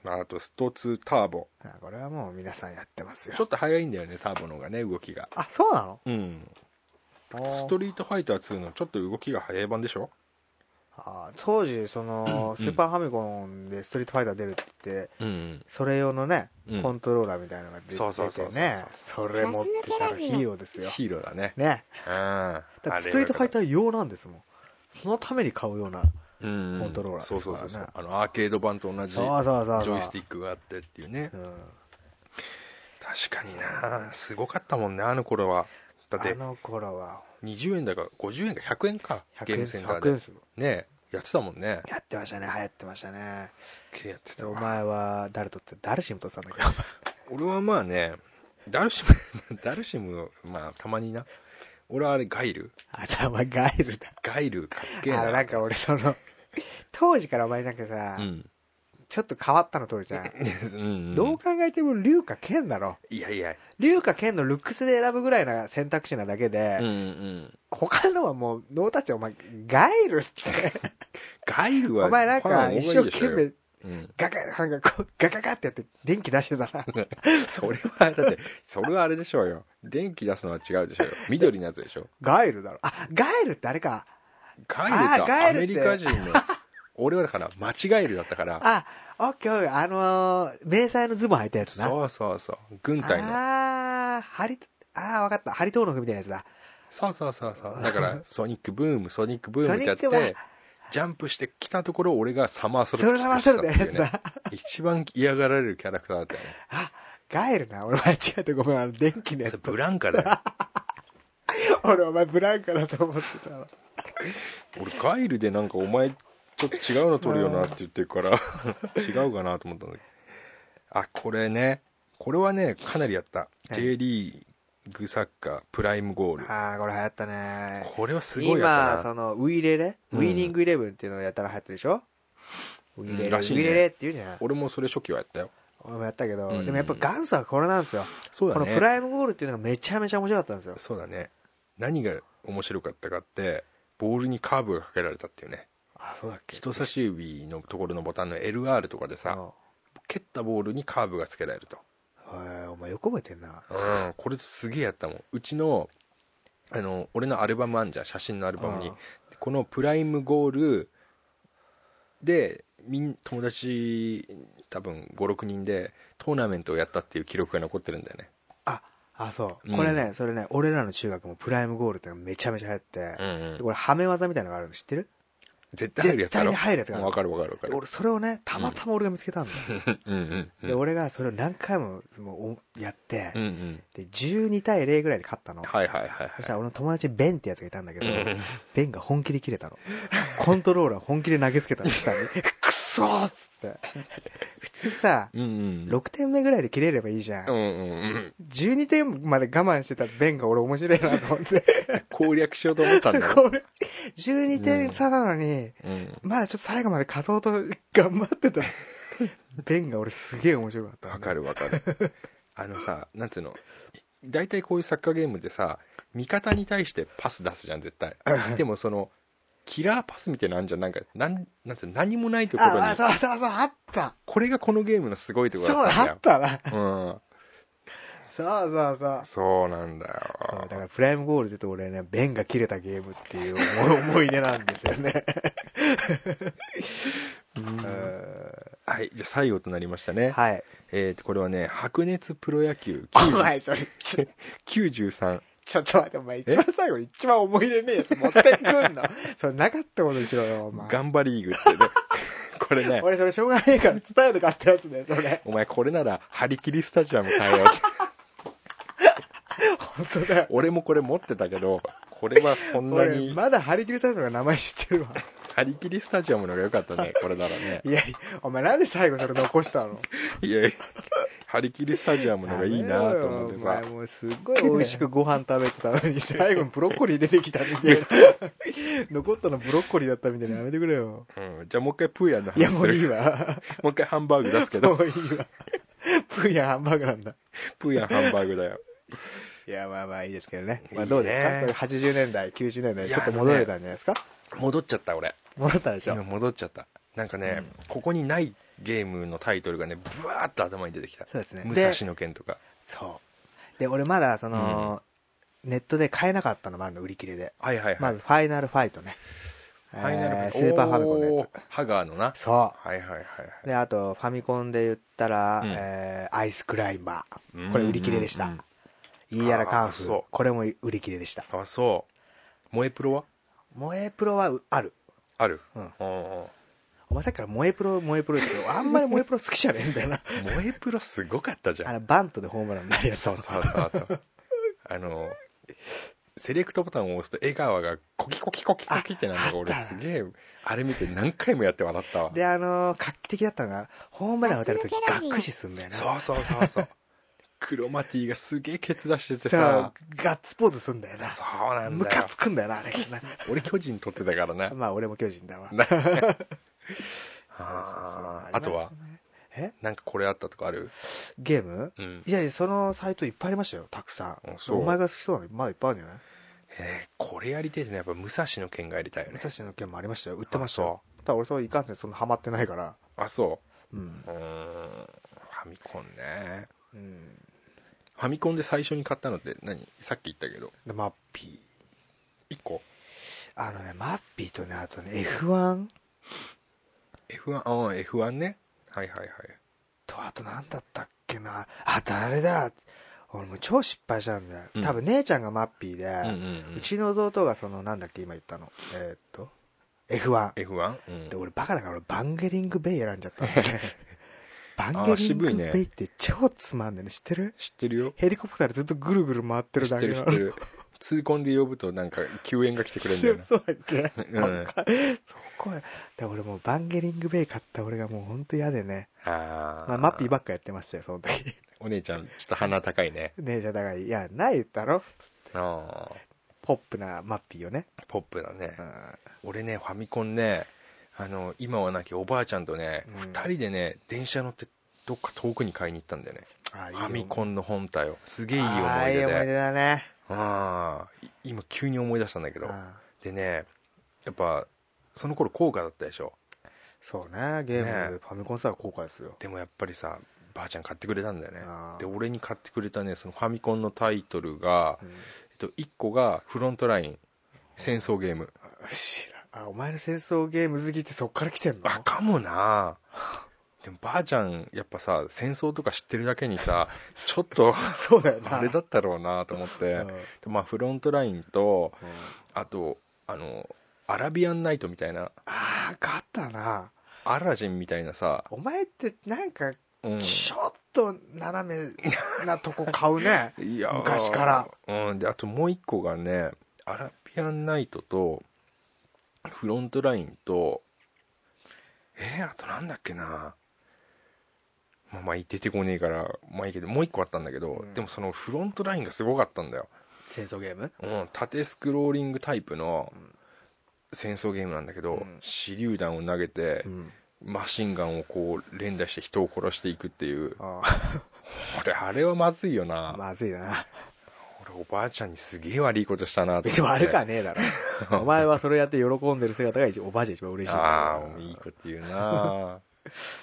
[SPEAKER 3] まあ、あとスト2ターボ。
[SPEAKER 2] あこれはもう皆さんやってますよ
[SPEAKER 3] ちょ。っと早いんだよね、ターボの方がね、動きが。
[SPEAKER 2] あ、そうなの
[SPEAKER 3] うん。
[SPEAKER 2] おー
[SPEAKER 3] ストリートファイター2のちょっと動きが早い版でしょ
[SPEAKER 2] あー当時その、
[SPEAKER 3] うん
[SPEAKER 2] スーパーファミコンで「ストリートファイター」出るって言って
[SPEAKER 3] うん
[SPEAKER 2] それ用のね、
[SPEAKER 3] うんうん
[SPEAKER 2] コントローラーみたいなのが出
[SPEAKER 3] そうそう
[SPEAKER 2] 出
[SPEAKER 3] そう
[SPEAKER 2] て
[SPEAKER 3] そう
[SPEAKER 2] ねそれ持ってたらヒーローですよ
[SPEAKER 3] ヒーローだね
[SPEAKER 2] ね
[SPEAKER 3] うんあ
[SPEAKER 2] だってストリートファイ
[SPEAKER 3] ー
[SPEAKER 2] ター用なんですもんそのために買うような
[SPEAKER 3] コン
[SPEAKER 2] コントローラー
[SPEAKER 3] そ
[SPEAKER 2] で
[SPEAKER 3] う
[SPEAKER 2] す
[SPEAKER 3] そ
[SPEAKER 2] か
[SPEAKER 3] う
[SPEAKER 2] ら
[SPEAKER 3] そ
[SPEAKER 2] ね
[SPEAKER 3] うそうあのアーケード版と同じジ
[SPEAKER 2] そうそうそう
[SPEAKER 3] ョイステ
[SPEAKER 2] ィ
[SPEAKER 3] ィックがあってっていうね
[SPEAKER 2] うん、
[SPEAKER 3] 確かになすごかったもんねあの頃はだっ
[SPEAKER 2] あ
[SPEAKER 3] て
[SPEAKER 2] の頃は
[SPEAKER 3] 20円だか50円か100円かゲ
[SPEAKER 2] 100
[SPEAKER 3] ー
[SPEAKER 2] 円
[SPEAKER 3] ムセンタ
[SPEAKER 2] 100
[SPEAKER 3] ー
[SPEAKER 2] 円
[SPEAKER 3] で
[SPEAKER 2] ですもん
[SPEAKER 3] ねやってたもんね
[SPEAKER 2] やってましたね流行ってましたね
[SPEAKER 3] すっげえやって
[SPEAKER 2] で
[SPEAKER 3] た
[SPEAKER 2] お
[SPEAKER 3] わ
[SPEAKER 2] 前は誰とって誰シムとってたんだけど
[SPEAKER 3] 俺はまあねダルシム ダルシムまあたまにな俺はあれガイル
[SPEAKER 2] あれお前ガイルだ
[SPEAKER 3] ガイルかっ
[SPEAKER 2] あ
[SPEAKER 3] けえ
[SPEAKER 2] の
[SPEAKER 3] な
[SPEAKER 2] なんか俺その当時からお前なんかさ、
[SPEAKER 3] うん
[SPEAKER 2] ちょっと変わったの取るじゃん
[SPEAKER 3] うんうん
[SPEAKER 2] どう考えても龍か剣だろ
[SPEAKER 3] いやいや
[SPEAKER 2] 龍か剣のルックスで選ぶぐらいな選択肢なだけで、
[SPEAKER 3] うんうん
[SPEAKER 2] 他のはもうノータッチお前ガイルって
[SPEAKER 3] ガイルは
[SPEAKER 2] お前なん
[SPEAKER 3] ファ
[SPEAKER 2] か
[SPEAKER 3] ン多い
[SPEAKER 2] 一
[SPEAKER 3] でしょ
[SPEAKER 2] 生懸命
[SPEAKER 3] うん
[SPEAKER 2] ガガなんかこうガガガってやって電気出してたな
[SPEAKER 3] それはだってそれはあれでしょうよ電気出すのは違うでしょうよ緑のやつでしょ
[SPEAKER 2] ガイルだろあガイルってあれか
[SPEAKER 3] ガイル
[SPEAKER 2] あー
[SPEAKER 3] か
[SPEAKER 2] ガ
[SPEAKER 3] ア
[SPEAKER 2] イル
[SPEAKER 3] メ
[SPEAKER 2] って
[SPEAKER 3] リカ人 の俺はだから間違えるだったから
[SPEAKER 2] あオッケーオッケーあのー迷彩のズボン履いたやつな
[SPEAKER 3] そうそうそう軍隊の
[SPEAKER 2] ああハリああ分かったハリトーノフみたいなやつだ
[SPEAKER 3] そうそうそうそうだからソニックブームソニックブー
[SPEAKER 2] ソ
[SPEAKER 3] ムっ
[SPEAKER 2] ニ
[SPEAKER 3] てや
[SPEAKER 2] ッ
[SPEAKER 3] って
[SPEAKER 2] クは
[SPEAKER 3] ジャンプしてきたところ俺がサマーソ
[SPEAKER 2] そ
[SPEAKER 3] ル
[SPEAKER 2] れ
[SPEAKER 3] ト
[SPEAKER 2] がマ
[SPEAKER 3] して
[SPEAKER 2] ソ
[SPEAKER 3] たっ
[SPEAKER 2] ル
[SPEAKER 3] て
[SPEAKER 2] の
[SPEAKER 3] い
[SPEAKER 2] や
[SPEAKER 3] う
[SPEAKER 2] つ
[SPEAKER 3] ね
[SPEAKER 2] だ
[SPEAKER 3] 一番嫌がられるキャラクターだったよね
[SPEAKER 2] あガイルな俺間違えてごめんあの電気のや
[SPEAKER 3] それ
[SPEAKER 2] つ
[SPEAKER 3] ブランカだよ
[SPEAKER 2] 俺お前ブランカだと思ってたわ
[SPEAKER 3] 俺ガイルでなんかお前ちょっと違うの取るよなって言ってるから 違うかなと思ったんだけどあこれねこれはねかなりやった
[SPEAKER 2] い
[SPEAKER 3] J リーグサッカープライムゴール
[SPEAKER 2] ああこれ流行ったね
[SPEAKER 3] これはすごいや
[SPEAKER 2] 今
[SPEAKER 3] ったな
[SPEAKER 2] そのウイレレ、
[SPEAKER 3] うん
[SPEAKER 2] ウィニングイレブンっていうのをやったら流行ってるでしょウイレレ、
[SPEAKER 3] らしい
[SPEAKER 2] ウ
[SPEAKER 3] ね
[SPEAKER 2] イレレっていうじゃん
[SPEAKER 3] 俺もそれ初期はやったよ
[SPEAKER 2] 俺もやったけど、
[SPEAKER 3] うん
[SPEAKER 2] でもやっぱ元祖はこれなんですよ、
[SPEAKER 3] そう
[SPEAKER 2] こ
[SPEAKER 3] だ
[SPEAKER 2] の
[SPEAKER 3] ね
[SPEAKER 2] プライムゴールっていうのがめちゃめちゃ面白かったんですよ
[SPEAKER 3] そうだね何が面白かったかってボールにカーブがかけられたっていうね
[SPEAKER 2] あそうだっけ
[SPEAKER 3] 人差し指のところのボタンの LR とかでさ蹴ったボールにカーブがつけられると、
[SPEAKER 2] うんへえお前よく覚えてんな
[SPEAKER 3] うん、これすげえやったもんうちのあの俺のアルバムあんじゃん写真のアルバムに
[SPEAKER 2] うん
[SPEAKER 3] このプライムゴールでみん友達多分56人でトーナメントをやったっていう記録が残ってるんだよね
[SPEAKER 2] あそう、
[SPEAKER 3] うん
[SPEAKER 2] これねそれね俺らの中学もプライムゴールっていうのがめちゃめちゃ流行って、
[SPEAKER 3] うん、
[SPEAKER 2] でこれハメ技みたいなのがあるの知ってる
[SPEAKER 3] 絶対入るやつだ
[SPEAKER 2] 絶対
[SPEAKER 3] ろ
[SPEAKER 2] に入るやつがある
[SPEAKER 3] 分かる分かる
[SPEAKER 2] で
[SPEAKER 3] 分か
[SPEAKER 2] 俺それをねたまたま俺が見つけたんだよ、
[SPEAKER 3] るうんうんうん
[SPEAKER 2] で俺がそれを何回ももうおやって、
[SPEAKER 3] うんうん
[SPEAKER 2] で12対0ぐらいで勝ったの、
[SPEAKER 3] はいはいはい
[SPEAKER 2] そし
[SPEAKER 3] は
[SPEAKER 2] たら俺の友達にベンってやつがいたんだけど、
[SPEAKER 3] いうん
[SPEAKER 2] ベンが本気で切れたの。コントローラー本気で投げつけたの、 下に。くそーっつって。普通さ、
[SPEAKER 3] うんうん
[SPEAKER 2] 6点目ぐらいで切れればいいじゃ
[SPEAKER 3] うん
[SPEAKER 2] ん。
[SPEAKER 3] うんうん
[SPEAKER 2] 12点まで我慢してたベンが俺面白いなと思って。
[SPEAKER 3] 攻略しようと思ったんだろ、
[SPEAKER 2] これ、12点差なのに、
[SPEAKER 3] うん、
[SPEAKER 2] まだちょっと最後まで勝とうと頑張ってた。ベンが俺すげえ面白かった。
[SPEAKER 3] わか。るわかる あのさなんつうの大体こういうサッカーゲームでさ味方に対してパス出すじゃん絶対でもそのキラーパスみたいなのあんじゃんなんかなんなんつうの何もないところ
[SPEAKER 2] あ
[SPEAKER 3] に
[SPEAKER 2] あ、そうそうそう、あった。
[SPEAKER 3] これがこのゲームのすごいとこ
[SPEAKER 2] そう、
[SPEAKER 3] ろだったん
[SPEAKER 2] あ
[SPEAKER 3] だ
[SPEAKER 2] っ
[SPEAKER 3] よ
[SPEAKER 2] たな。
[SPEAKER 3] うん、
[SPEAKER 2] そうそうそう。
[SPEAKER 3] そうなんだ
[SPEAKER 2] そうだ
[SPEAKER 3] よ
[SPEAKER 2] からプライムゴールで言うと俺ね、ベンが切れたゲームっていう思い 思い出なんですよ ね。うん
[SPEAKER 3] はいじゃあ最後となりましたね、
[SPEAKER 2] はい。
[SPEAKER 3] えーとこれはね白熱プロ野球
[SPEAKER 2] お前それ、ちょ
[SPEAKER 3] 93
[SPEAKER 2] ちょっと待って、お前一番最後に一番思い入れねえやつ持ってくんの。 それなかったことにしろよ、お前。
[SPEAKER 3] 頑張りリーグってね これね
[SPEAKER 2] 俺それしょうがねえから伝えて買ったやつね、そ れ。
[SPEAKER 3] お前これなら張り切りスタジアム変えよう
[SPEAKER 2] 本当だよ。
[SPEAKER 3] 俺もこれ持ってたけどこれはそんな
[SPEAKER 2] 俺、
[SPEAKER 3] に
[SPEAKER 2] まだ張り切りタイプの名前知ってるわ。
[SPEAKER 3] 張り切りスタジアムの方が良かった ねこれならね
[SPEAKER 2] いやいや、お前なんで最後それ残したの
[SPEAKER 3] いやいや張り切りスタジアムの方がいいなと思っ
[SPEAKER 2] や
[SPEAKER 3] てさ
[SPEAKER 2] めろよお前もうすっごい美味しくご飯食べてたのに、 最後にブロッコリー出てきたみたいな。残ったのブロッコリーだったみたいなやめてくれよ。
[SPEAKER 3] うん、じゃあもう一回プーヤンの
[SPEAKER 2] い や、
[SPEAKER 3] 話
[SPEAKER 2] も
[SPEAKER 3] す
[SPEAKER 2] う
[SPEAKER 3] る
[SPEAKER 2] いいわ。
[SPEAKER 3] もう一回ハンバーグ出すけ
[SPEAKER 2] も
[SPEAKER 3] ど
[SPEAKER 2] ういいわ。プーヤンハンバーグなんだ。
[SPEAKER 3] プーヤンハンバーグだよ
[SPEAKER 2] いや、まあまあいいですけどね。
[SPEAKER 3] いいね
[SPEAKER 2] まあどうですかこれ ?80 年代、90年代、
[SPEAKER 3] いや
[SPEAKER 2] ちょっと戻れたんじゃないですか
[SPEAKER 3] 戻っちゃった俺
[SPEAKER 2] 戻ったでし
[SPEAKER 3] 今
[SPEAKER 2] ょ。
[SPEAKER 3] 戻っちゃったなんかね、ここにないゲームのタイトルがねブワーッと頭に出てきた
[SPEAKER 2] そうですね。
[SPEAKER 3] 武蔵
[SPEAKER 2] で、
[SPEAKER 3] 野剣とか
[SPEAKER 2] そう。で、俺まだ、その、ネットで買えなかったのもあるの、売り切れで。
[SPEAKER 3] はいはいはい、
[SPEAKER 2] まず、ファイナルファイトね。え
[SPEAKER 3] ファイナルファ
[SPEAKER 2] ー
[SPEAKER 3] イ
[SPEAKER 2] スーパーファミコンの
[SPEAKER 3] お
[SPEAKER 2] や
[SPEAKER 3] ーハガーのな
[SPEAKER 2] つ。そ
[SPEAKER 3] はいはいはいは
[SPEAKER 2] う。で、あと、ファミコンで言ったら、
[SPEAKER 3] うん
[SPEAKER 2] えーアイスクライマー。
[SPEAKER 3] い
[SPEAKER 2] これ売り切れでした
[SPEAKER 3] うんうん
[SPEAKER 2] イーヤラカン
[SPEAKER 3] あー
[SPEAKER 2] フ
[SPEAKER 3] そう。
[SPEAKER 2] これも売り切れでした。
[SPEAKER 3] うんあそう萌えプロは
[SPEAKER 2] 萌えプロはうある。
[SPEAKER 3] ある、
[SPEAKER 2] うん
[SPEAKER 3] お
[SPEAKER 2] お前さっきから萌えプロ、萌えプロ言ってるけど、あんまり萌えプロ好きじゃねえん だよな。
[SPEAKER 3] ー萌えプロすごかったじゃん
[SPEAKER 2] あの、バントでホームランになるやつ。
[SPEAKER 3] そうそうそうそうあのセレクトボタンを押すと江川がコキコキコキコキってなんだ
[SPEAKER 2] あ
[SPEAKER 3] 俺
[SPEAKER 2] あった
[SPEAKER 3] すげえあれ見て何回もやって笑ったわ
[SPEAKER 2] で、あのー画期的だったのが、ホームラン打たれるとき、がっくしすんだよな。
[SPEAKER 3] そうそうそうそうクロマティがすげえケツ出して
[SPEAKER 2] さ
[SPEAKER 3] て
[SPEAKER 2] あ
[SPEAKER 3] さ
[SPEAKER 2] ガッツポーズすんだよな。
[SPEAKER 3] そうなん
[SPEAKER 2] ム
[SPEAKER 3] だ
[SPEAKER 2] カ
[SPEAKER 3] よ
[SPEAKER 2] つくんだよな、あれ。
[SPEAKER 3] 俺巨人取ってたから な
[SPEAKER 2] まあ、俺も巨人だわ。
[SPEAKER 3] な
[SPEAKER 2] あ
[SPEAKER 3] あとは
[SPEAKER 2] え
[SPEAKER 3] なんかこれあったとかある
[SPEAKER 2] ゲーム
[SPEAKER 3] うん
[SPEAKER 2] いやいや、そのサイトいっぱいありましたよ、たくさ
[SPEAKER 3] あ
[SPEAKER 2] ん。
[SPEAKER 3] そう
[SPEAKER 2] お前が好きそうなの、まだいっぱいあるんじゃない
[SPEAKER 3] えーこれやりてえねやっぱ武蔵の剣がやりたいよ
[SPEAKER 2] 武
[SPEAKER 3] ね
[SPEAKER 2] 蔵の剣もありましたよ、売ってました
[SPEAKER 3] あ
[SPEAKER 2] よ。ただ俺、それいかんせん、そんなハマってないから。
[SPEAKER 3] あそ
[SPEAKER 2] うん。
[SPEAKER 3] ううーんファミコンね
[SPEAKER 2] うん。
[SPEAKER 3] ファミコンで最初に買ったのって何さっき言ったけど
[SPEAKER 2] で、マッピ
[SPEAKER 3] 1個
[SPEAKER 2] ー。あのね、マッピーとね、あとね、F1
[SPEAKER 3] F1 ああ F1 ねはいはいはい
[SPEAKER 2] と、あとなんだったっけな。あとあれだ。俺もう超失敗したんだよ。
[SPEAKER 3] うん
[SPEAKER 2] 多分姉ちゃんがマッピーで、
[SPEAKER 3] うんうんう
[SPEAKER 2] うんちの弟がそのなんだっけ今言ったのえーっと F1
[SPEAKER 3] F1 うん
[SPEAKER 2] で俺バカだから俺バンゲリングベイ選んじゃ ったんだねバンゲリン
[SPEAKER 3] 渋
[SPEAKER 2] グ
[SPEAKER 3] いね
[SPEAKER 2] ベイって超つまんねえの知ってる
[SPEAKER 3] 知ってるよ
[SPEAKER 2] ヘリコプターでずっとぐるぐる回ってる
[SPEAKER 3] 知っ
[SPEAKER 2] だけ
[SPEAKER 3] てる
[SPEAKER 2] な
[SPEAKER 3] 知
[SPEAKER 2] の
[SPEAKER 3] ってる痛恨で呼ぶとなんか救援が来てくれるんだよな
[SPEAKER 2] そうだっけ、
[SPEAKER 3] うん
[SPEAKER 2] バカそこやで俺もうバンゲリングベイ買った俺がもうほんと嫌でね、
[SPEAKER 3] あ
[SPEAKER 2] まあ、マッピーば
[SPEAKER 3] ッ
[SPEAKER 2] っかやってましたよその時
[SPEAKER 3] お姉ちゃんちょっと鼻高いね
[SPEAKER 2] 姉ちゃんだから「いやないだろ
[SPEAKER 3] ああ」
[SPEAKER 2] ポップなマッピーよね、
[SPEAKER 3] ポップだね
[SPEAKER 2] うん
[SPEAKER 3] 俺ねファミコンねあの今はなきおばあちゃんとね、
[SPEAKER 2] う
[SPEAKER 3] 二
[SPEAKER 2] ん
[SPEAKER 3] 2人でね電車乗ってどっか遠くに買いに行ったんだよね
[SPEAKER 2] ああいい
[SPEAKER 3] ファミコ
[SPEAKER 2] ン
[SPEAKER 3] ンの本体をす
[SPEAKER 2] い
[SPEAKER 3] げえ
[SPEAKER 2] い
[SPEAKER 3] いい思
[SPEAKER 2] 思
[SPEAKER 3] い
[SPEAKER 2] い
[SPEAKER 3] 出
[SPEAKER 2] 出
[SPEAKER 3] で
[SPEAKER 2] だね
[SPEAKER 3] ああい今急に思い出したんだけど
[SPEAKER 2] うん
[SPEAKER 3] でねやっぱその頃高価だったでしょ
[SPEAKER 2] そうねゲーム
[SPEAKER 3] ね
[SPEAKER 2] ファミコンしたら後悔ですよ、
[SPEAKER 3] でもやっぱりさばあちゃん買ってくれたんだよね
[SPEAKER 2] あー
[SPEAKER 3] で俺に買ってくれたねそのファミコンのタイトルが、
[SPEAKER 2] うん
[SPEAKER 3] えっと、1個がフロントライン戦争ゲーム
[SPEAKER 2] 知らんあお前の戦争ゲーム好きってそっから来てんの
[SPEAKER 3] あ かもなでもばあちゃんやっぱさ戦争とか知ってるだけ にさちょっと
[SPEAKER 2] そうだよな
[SPEAKER 3] あれだったろうなと思っ
[SPEAKER 2] う
[SPEAKER 3] て
[SPEAKER 2] んうん
[SPEAKER 3] でまあフロントラインとあとあのアラビアンナイトみたいな
[SPEAKER 2] ああかったな
[SPEAKER 3] アラジンみたいなさ、
[SPEAKER 2] お前ってなんか
[SPEAKER 3] うん、
[SPEAKER 2] ちょっと斜めなとこ買うね
[SPEAKER 3] いやー
[SPEAKER 2] 昔か
[SPEAKER 3] うんであともう一個がねアラビアンナイトとフロントラインとえー、あとなんだっけなまあまあ出てこねえからまあいいけどもう一個あったんだけど、
[SPEAKER 2] うん
[SPEAKER 3] でもそのフロントラインがすごかったんだよ、
[SPEAKER 2] 戦争ゲーム
[SPEAKER 3] うん、縦スクローリングタイプの
[SPEAKER 2] うん
[SPEAKER 3] 戦争ゲームなんだけど、
[SPEAKER 2] うん
[SPEAKER 3] 手榴弾を投げて、
[SPEAKER 2] うん
[SPEAKER 3] マシンガンをこう連打して人を殺していくっていう
[SPEAKER 2] あ
[SPEAKER 3] 俺あれはまずいよな
[SPEAKER 2] あまずいな
[SPEAKER 3] 俺おばあちゃんにすげえ悪いことしたなと思って
[SPEAKER 2] 別に悪くはねえだろ お前はそれやって喜んでる姿が一おばあちゃん一番嬉しいんだよ
[SPEAKER 3] ああいいこと言う な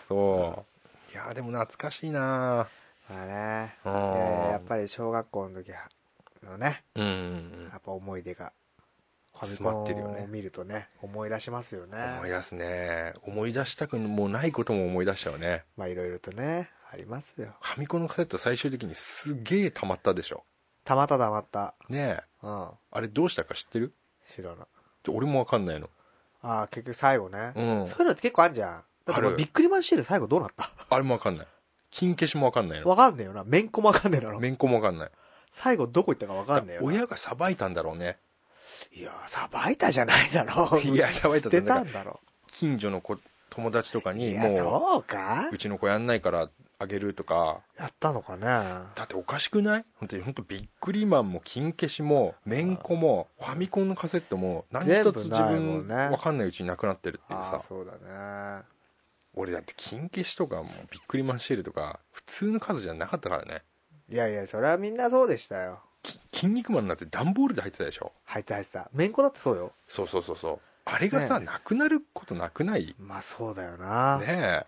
[SPEAKER 3] そういやーでも懐かしいな
[SPEAKER 2] まあね
[SPEAKER 3] うん
[SPEAKER 2] いやいややっぱり小学校の時はのね
[SPEAKER 3] うんうん
[SPEAKER 2] やっぱ思い出が
[SPEAKER 3] 詰まってるよね
[SPEAKER 2] ファミコンを見るとね思い出しますよね
[SPEAKER 3] 思い出すね思い出したくもうないことも思い出したよね
[SPEAKER 2] まあいろいろとねありますよ
[SPEAKER 3] ファミコンのカセット最終的にすげえ溜まったでしょ
[SPEAKER 2] たまったたまった
[SPEAKER 3] ねえ
[SPEAKER 2] うん
[SPEAKER 3] あれどうしたか知ってる
[SPEAKER 2] 知らない
[SPEAKER 3] ちょ俺もわかんないの
[SPEAKER 2] ああ結局最後ね、
[SPEAKER 3] うん
[SPEAKER 2] そういうのって結構あるじゃんだって
[SPEAKER 3] あ
[SPEAKER 2] も
[SPEAKER 3] る
[SPEAKER 2] うビックリマンシール最後どうなった
[SPEAKER 3] あれもわかんない金消しもわかんないの
[SPEAKER 2] わかんねえよなめんこもわかんねえだろ
[SPEAKER 3] めんこもわかんない
[SPEAKER 2] 最後どこ行ったかわかんねえよな
[SPEAKER 3] 親がさばいたんだろうね
[SPEAKER 2] いやさばいたじゃないだろ
[SPEAKER 3] いやさばい
[SPEAKER 2] 捨
[SPEAKER 3] たと
[SPEAKER 2] て
[SPEAKER 3] な
[SPEAKER 2] た
[SPEAKER 3] ん
[SPEAKER 2] んだろ
[SPEAKER 3] 近所の子友達とか
[SPEAKER 2] い
[SPEAKER 3] に
[SPEAKER 2] や
[SPEAKER 3] も
[SPEAKER 2] そうか
[SPEAKER 3] ううちの子やんないからあげるとか
[SPEAKER 2] やったのかね
[SPEAKER 3] だっておかしくない本当に本当ビックリマンも金消しもめんこもファミコンのカセットも何一つ
[SPEAKER 2] 全部
[SPEAKER 3] 自
[SPEAKER 2] ないもん
[SPEAKER 3] 分
[SPEAKER 2] ね
[SPEAKER 3] わかんないうちになくなってるっていう
[SPEAKER 2] ああ
[SPEAKER 3] さ
[SPEAKER 2] そうだね
[SPEAKER 3] 俺だって金消しとかもビックリマンシールとか普通の数じゃなかったからね
[SPEAKER 2] いやいやそれはみんなそうでしたよ
[SPEAKER 3] き筋肉マンなんて段ボールで入ってたでしょ
[SPEAKER 2] 入ってた入ってためんこだってそうよ
[SPEAKER 3] そうそうそうそうあれがさ、
[SPEAKER 2] ね
[SPEAKER 3] なくなることなくないね
[SPEAKER 2] まあそうだよな、
[SPEAKER 3] え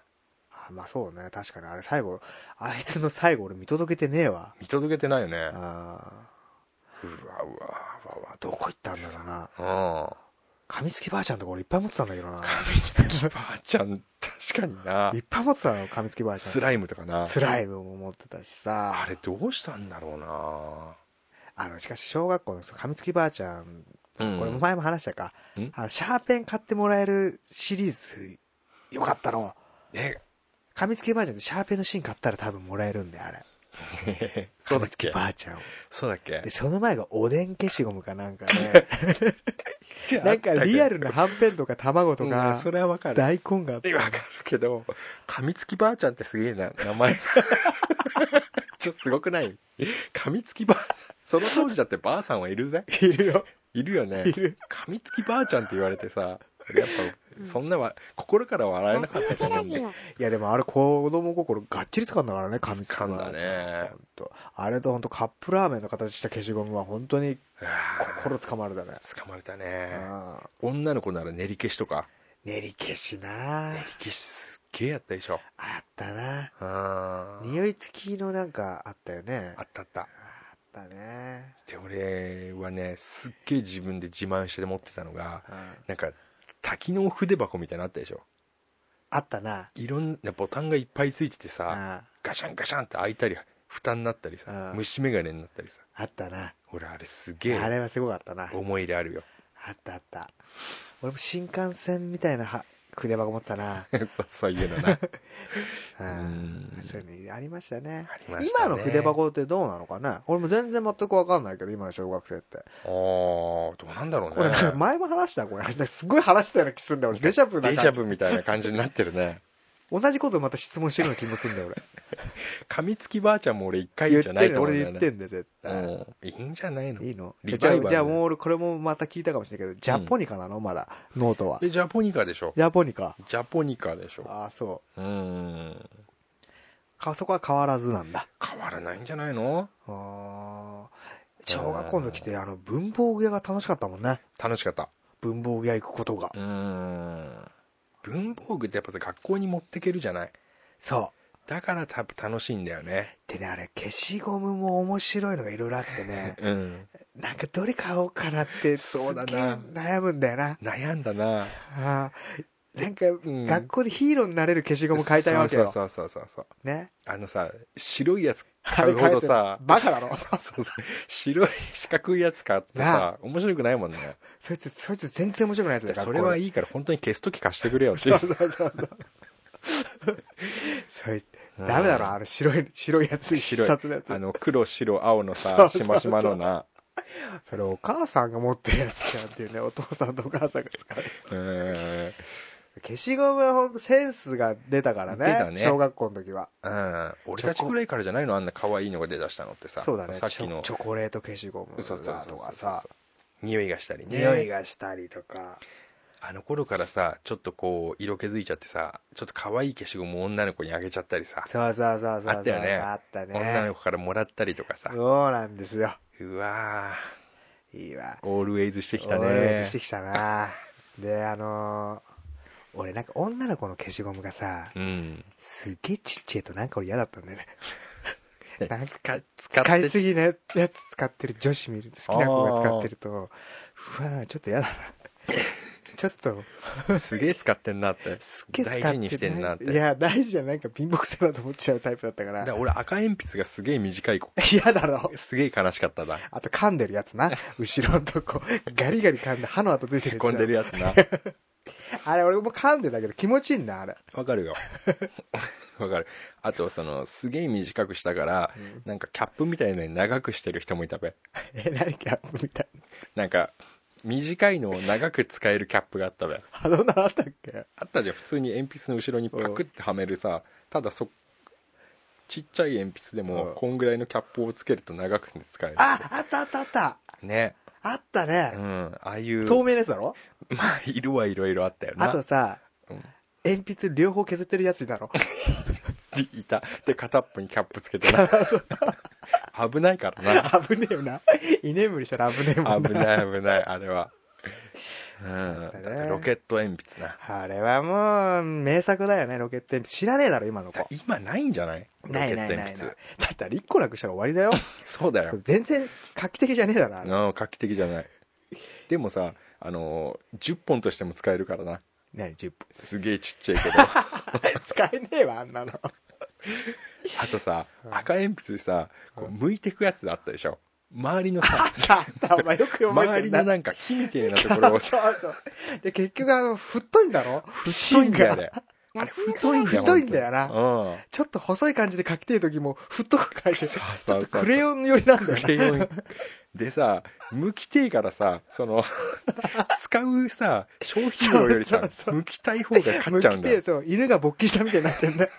[SPEAKER 2] あまあそうね確かにあれ最後あいつの最後俺見届けてねえわ
[SPEAKER 3] 見届けてないよね
[SPEAKER 2] ああ
[SPEAKER 3] うわうわうわうわ
[SPEAKER 2] どこ行ったんだろうな
[SPEAKER 3] うん
[SPEAKER 2] 噛みつきばあちゃんとか俺いっぱい持ってたんだけどな。。
[SPEAKER 3] 噛みつきばあちゃん、確かにない
[SPEAKER 2] っぱい持ってたの、噛みつきばあちゃん。
[SPEAKER 3] スライムとかな。
[SPEAKER 2] スライムも持ってたしさ。
[SPEAKER 3] あれどうしたんだろうな
[SPEAKER 2] あの、しかし小学校のその噛みつきばあちゃん、
[SPEAKER 3] うん
[SPEAKER 2] これも前も話したか
[SPEAKER 3] うん。
[SPEAKER 2] あの、シャーペン買ってもらえるシリーズ、よかったの。
[SPEAKER 3] え、
[SPEAKER 2] 噛みつきばあちゃんってシャーペンの芯買ったら多分もらえるんで、あれ。
[SPEAKER 3] そ
[SPEAKER 2] 噛
[SPEAKER 3] うだ
[SPEAKER 2] み
[SPEAKER 3] っ
[SPEAKER 2] つき
[SPEAKER 3] け
[SPEAKER 2] ばあちゃんを。
[SPEAKER 3] そうだっけ
[SPEAKER 2] で、その前がおでん消しゴムかなんか ね。なんかリアルなはんぺんとか卵と
[SPEAKER 3] うん
[SPEAKER 2] か
[SPEAKER 3] そ、れはわかる。
[SPEAKER 2] 大根があっ
[SPEAKER 3] わ
[SPEAKER 2] て。
[SPEAKER 3] かるけど、噛みつきばあちゃんってすげえな、名前。ちょっとすごくない噛みつきばあ、その当時だってばあさんはいるぜ。
[SPEAKER 2] いるよ。
[SPEAKER 3] いるよね
[SPEAKER 2] い。る。
[SPEAKER 3] 噛みつきばあちゃんって言われてさ、やっぱ、そんなは、心から笑えなかったじゃん。なんで
[SPEAKER 2] いやでもあれ子供心がっちり掴んだからね、噛みつきばあちゃん。
[SPEAKER 3] 掴んだね
[SPEAKER 2] ほんと。あれと本当カップラーメンの形した消しゴムは本当に
[SPEAKER 3] うわー
[SPEAKER 2] 心掴まれたね。
[SPEAKER 3] 掴まれたね。
[SPEAKER 2] ああ
[SPEAKER 3] 女の子なら練り消しとか。
[SPEAKER 2] 練り消しなあ
[SPEAKER 3] 練り消しすっげえやったでしょ。
[SPEAKER 2] あったな
[SPEAKER 3] あー
[SPEAKER 2] 匂い付きのなんかあったよね。
[SPEAKER 3] あったあった。
[SPEAKER 2] あったね。
[SPEAKER 3] で、俺はね、すっげえ自分で自慢して持ってたのが、
[SPEAKER 2] うん
[SPEAKER 3] なんか、多機能筆箱みたいなのあったでしょ。
[SPEAKER 2] あったない
[SPEAKER 3] ろんなボタンがいっぱいついててさ、
[SPEAKER 2] あ
[SPEAKER 3] ガシャンガシャンって開いたり、蓋になったりさ
[SPEAKER 2] う、ん
[SPEAKER 3] 虫眼鏡になったりさ。
[SPEAKER 2] あったな。
[SPEAKER 3] 俺、あれすげ
[SPEAKER 2] あ
[SPEAKER 3] え
[SPEAKER 2] れはすごかったな。
[SPEAKER 3] 思い入れあ るよ。
[SPEAKER 2] あったあった。俺も新幹線みたいなは筆箱持ってたな。
[SPEAKER 3] そうそういうの な。
[SPEAKER 2] う。
[SPEAKER 3] うんん
[SPEAKER 2] そういうのありましたね。
[SPEAKER 3] ありましたね
[SPEAKER 2] 今の筆箱ってどうなのかね俺も全然全く分かんないけど、今の小学生って。
[SPEAKER 3] あーどうなんだろうね
[SPEAKER 2] これ、前も話したこれ。なんかすごい話したような気すんだよ。俺、デジャブな
[SPEAKER 3] デジャ
[SPEAKER 2] 感じ。
[SPEAKER 3] ブみたいな感じになってるね
[SPEAKER 2] 同じことまた質問してるような気もするんだよ、俺。
[SPEAKER 3] 噛みつきばあちゃんも俺一回
[SPEAKER 2] 言っ
[SPEAKER 3] じ
[SPEAKER 2] て
[SPEAKER 3] ゃ
[SPEAKER 2] ん
[SPEAKER 3] な
[SPEAKER 2] だ
[SPEAKER 3] い
[SPEAKER 2] よ
[SPEAKER 3] と思うん
[SPEAKER 2] 俺
[SPEAKER 3] だよ
[SPEAKER 2] 言ってん
[SPEAKER 3] ね
[SPEAKER 2] だよ、絶対。
[SPEAKER 3] うんいいんじゃないの
[SPEAKER 2] いいのじ
[SPEAKER 3] リバ
[SPEAKER 2] ゃ
[SPEAKER 3] イバル
[SPEAKER 2] あ、じゃあもう俺、これもまた聞いたかもしれないけど、ジャポニカなのまだ、ノートは。
[SPEAKER 3] でジャポニカでしょ
[SPEAKER 2] ジャポニカ。
[SPEAKER 3] ジャポニカでしょ
[SPEAKER 2] ああ、そう
[SPEAKER 3] ーん
[SPEAKER 2] う。か、そこは変わらずなんだ。
[SPEAKER 3] 変わらないんじゃないの
[SPEAKER 2] あー小学校の時って、あの、文房具屋が楽しかったもんね。
[SPEAKER 3] 楽しかった
[SPEAKER 2] 文房具屋行くことが
[SPEAKER 3] う。ーん文房具ってやっぱさ学校に持ってけるじゃない
[SPEAKER 2] そう。
[SPEAKER 3] だから多分楽しいんだよね、
[SPEAKER 2] でね、あれ、消しゴムも面白いのがいろいろあってね
[SPEAKER 3] うん
[SPEAKER 2] なんかどれ買おうかなって、
[SPEAKER 3] そうだな
[SPEAKER 2] すっげえ悩むんだよな。
[SPEAKER 3] 悩んだな
[SPEAKER 2] あーなんか、
[SPEAKER 3] ん
[SPEAKER 2] 学校でヒーローになれる消しゴム買いたいわけよ。
[SPEAKER 3] そうそうそうそうそう
[SPEAKER 2] ね。
[SPEAKER 3] あのさ白いやつ
[SPEAKER 2] あ
[SPEAKER 3] 買
[SPEAKER 2] れ
[SPEAKER 3] うほ
[SPEAKER 2] 買え
[SPEAKER 3] ど
[SPEAKER 2] て
[SPEAKER 3] さ
[SPEAKER 2] バカだろ。
[SPEAKER 3] そうそうそう。白い四角いやつ買ってさ
[SPEAKER 2] な、
[SPEAKER 3] 面白くないもんね。
[SPEAKER 2] そいつ、そいつ全然面白くないやつだよ
[SPEAKER 3] それはい
[SPEAKER 2] い。
[SPEAKER 3] いから本当に消すとき貸してくれよって
[SPEAKER 2] そうそうそうそう。そいつ、ダメだろ、
[SPEAKER 3] うん
[SPEAKER 2] あの白い、白いやつ、
[SPEAKER 3] 白
[SPEAKER 2] 必
[SPEAKER 3] い
[SPEAKER 2] 殺のやつ
[SPEAKER 3] あ。の、黒、白、青の
[SPEAKER 2] そ
[SPEAKER 3] さ、
[SPEAKER 2] うそう
[SPEAKER 3] し
[SPEAKER 2] そう
[SPEAKER 3] ましまのな。
[SPEAKER 2] それお母さんが持ってるやつじゃんって いうね、お父さんとお母さんが使う。
[SPEAKER 3] うーん。
[SPEAKER 2] 消しゴムはほんとセンスが出たから
[SPEAKER 3] 出た
[SPEAKER 2] ね。
[SPEAKER 3] ね
[SPEAKER 2] 小学校の時は。
[SPEAKER 3] うん。俺たちくらいからじゃないのあんな可愛いのが出だしたのってさ。
[SPEAKER 2] そうだね
[SPEAKER 3] さっきの
[SPEAKER 2] チョチョコレート消しゴム
[SPEAKER 3] そうそうそう
[SPEAKER 2] だ
[SPEAKER 3] そう
[SPEAKER 2] とかさ
[SPEAKER 3] 匂いがしたりね。
[SPEAKER 2] 匂いがしたりとか
[SPEAKER 3] あの頃からさ、ちょっとこう、色気づいちゃってさ、ちょっと可愛い消しゴムを女の子にあげちゃったりさ、
[SPEAKER 2] そうそうそうそう
[SPEAKER 3] あったよね
[SPEAKER 2] あったね
[SPEAKER 3] 女の子からもらったりとかさ。
[SPEAKER 2] そうなんですよ
[SPEAKER 3] うわ
[SPEAKER 2] いいわ
[SPEAKER 3] ーオールウェイズしてきた
[SPEAKER 2] 俺
[SPEAKER 3] ね。
[SPEAKER 2] してきたなであのー俺なんか女の子の消しゴムがさ
[SPEAKER 3] うん。
[SPEAKER 2] すげえちっちゃいとなんか俺嫌だったん だよねなんか
[SPEAKER 3] 使、使
[SPEAKER 2] 使い
[SPEAKER 3] って
[SPEAKER 2] すぎなやつ使ってる女子見る好きな子が使ってるとうわちょっと嫌だなちょっと
[SPEAKER 3] すげえ使ってん なって。
[SPEAKER 2] すっげえ使って
[SPEAKER 3] 大事にしてんなって。
[SPEAKER 2] いや大事じゃないか貧乏くせえなと思っちゃうタイプだったから
[SPEAKER 3] だから俺赤鉛筆がすげえ短い子。
[SPEAKER 2] 嫌だろ。
[SPEAKER 3] すげえ悲しかったな。
[SPEAKER 2] あと噛んでるやつな。後ろのとこ、ガリガリ噛んで、歯の跡ついてる
[SPEAKER 3] へ
[SPEAKER 2] やつ。
[SPEAKER 3] こんでるやつな。
[SPEAKER 2] あれ、俺も噛んでたけど気持ちいいんだ、あれ。
[SPEAKER 3] わかるよ。 わかる。あと、その、すげえ短くしたから、なんかキャップみたいなのに長くしてる人もいたべ。
[SPEAKER 2] え、何キャップみたいな。
[SPEAKER 3] なんか、短いのを長く使えるキャップがあったべ。
[SPEAKER 2] あ、どんなのあったっけ
[SPEAKER 3] あったじゃん、普通に鉛筆の後ろにパクってはめるさ、ただそ、ちっちゃい鉛筆で
[SPEAKER 2] う
[SPEAKER 3] も
[SPEAKER 2] ん、
[SPEAKER 3] こんぐらいのキャップをつけると長く使える。
[SPEAKER 2] あ、あったあったあった。
[SPEAKER 3] ね。
[SPEAKER 2] あった
[SPEAKER 3] う
[SPEAKER 2] ね。
[SPEAKER 3] ん。ああいう。
[SPEAKER 2] 透明なやつだろ
[SPEAKER 3] まあ、色はいろいろあったよな。
[SPEAKER 2] あとさ
[SPEAKER 3] うん、
[SPEAKER 2] 鉛筆両方削ってるやつだろ。
[SPEAKER 3] いた。で、片っぽにキャップつけ てな。危ないからな。
[SPEAKER 2] 危ねえよな。居眠りしたら危ねえもん
[SPEAKER 3] 危
[SPEAKER 2] な。
[SPEAKER 3] ない危ない、あ れは。うん。だ
[SPEAKER 2] だね
[SPEAKER 3] ってロケット鉛筆な。
[SPEAKER 2] あれはもう、名作だよね、ロケット鉛筆。知らねえだろ、今の子
[SPEAKER 3] だ。今ないんじゃないロケ
[SPEAKER 2] ない
[SPEAKER 3] ット
[SPEAKER 2] ない
[SPEAKER 3] 鉛筆。
[SPEAKER 2] ないない。だったら一個楽したら終わりだよ。
[SPEAKER 3] そうだ
[SPEAKER 2] そ
[SPEAKER 3] よ
[SPEAKER 2] う。全然画期的じゃねえだろ、あれ
[SPEAKER 3] うん、画期的じゃない。でもさ、あの10本としても使えるからな
[SPEAKER 2] 何10分
[SPEAKER 3] すげえちっちゃい けど
[SPEAKER 2] 使えねえわあんなの
[SPEAKER 3] あとさ
[SPEAKER 2] うん
[SPEAKER 3] 赤鉛筆でさこう
[SPEAKER 2] うん
[SPEAKER 3] 剥いてくやつあったでしょ周りの さ
[SPEAKER 2] あったお前よく覚
[SPEAKER 3] 周
[SPEAKER 2] えて
[SPEAKER 3] り
[SPEAKER 2] る
[SPEAKER 3] の
[SPEAKER 2] な
[SPEAKER 3] なんか木みてえなとこ ろをさ
[SPEAKER 2] そうそうで結局あの太いんだろ
[SPEAKER 3] 太いんだよあれあれ太
[SPEAKER 2] 太
[SPEAKER 3] い
[SPEAKER 2] い
[SPEAKER 3] ん
[SPEAKER 2] ん
[SPEAKER 3] だ
[SPEAKER 2] だ
[SPEAKER 3] よ
[SPEAKER 2] よ太いんだよ
[SPEAKER 3] う
[SPEAKER 2] なんちょっと細い感じで書きてえ時も太く書いて
[SPEAKER 3] そう
[SPEAKER 2] ち
[SPEAKER 3] そう
[SPEAKER 2] ょっ
[SPEAKER 3] そう
[SPEAKER 2] と
[SPEAKER 3] そう
[SPEAKER 2] クレヨン寄りなんだ
[SPEAKER 3] ク
[SPEAKER 2] よな
[SPEAKER 3] レヨンでさ剥きてえからさ その使うさ消費量より
[SPEAKER 2] そう
[SPEAKER 3] さ
[SPEAKER 2] そうそう
[SPEAKER 3] 剥きたい方が勝っちゃうんだ
[SPEAKER 2] 剥きて
[SPEAKER 3] よ
[SPEAKER 2] そう犬が勃起したみたいになってんだよ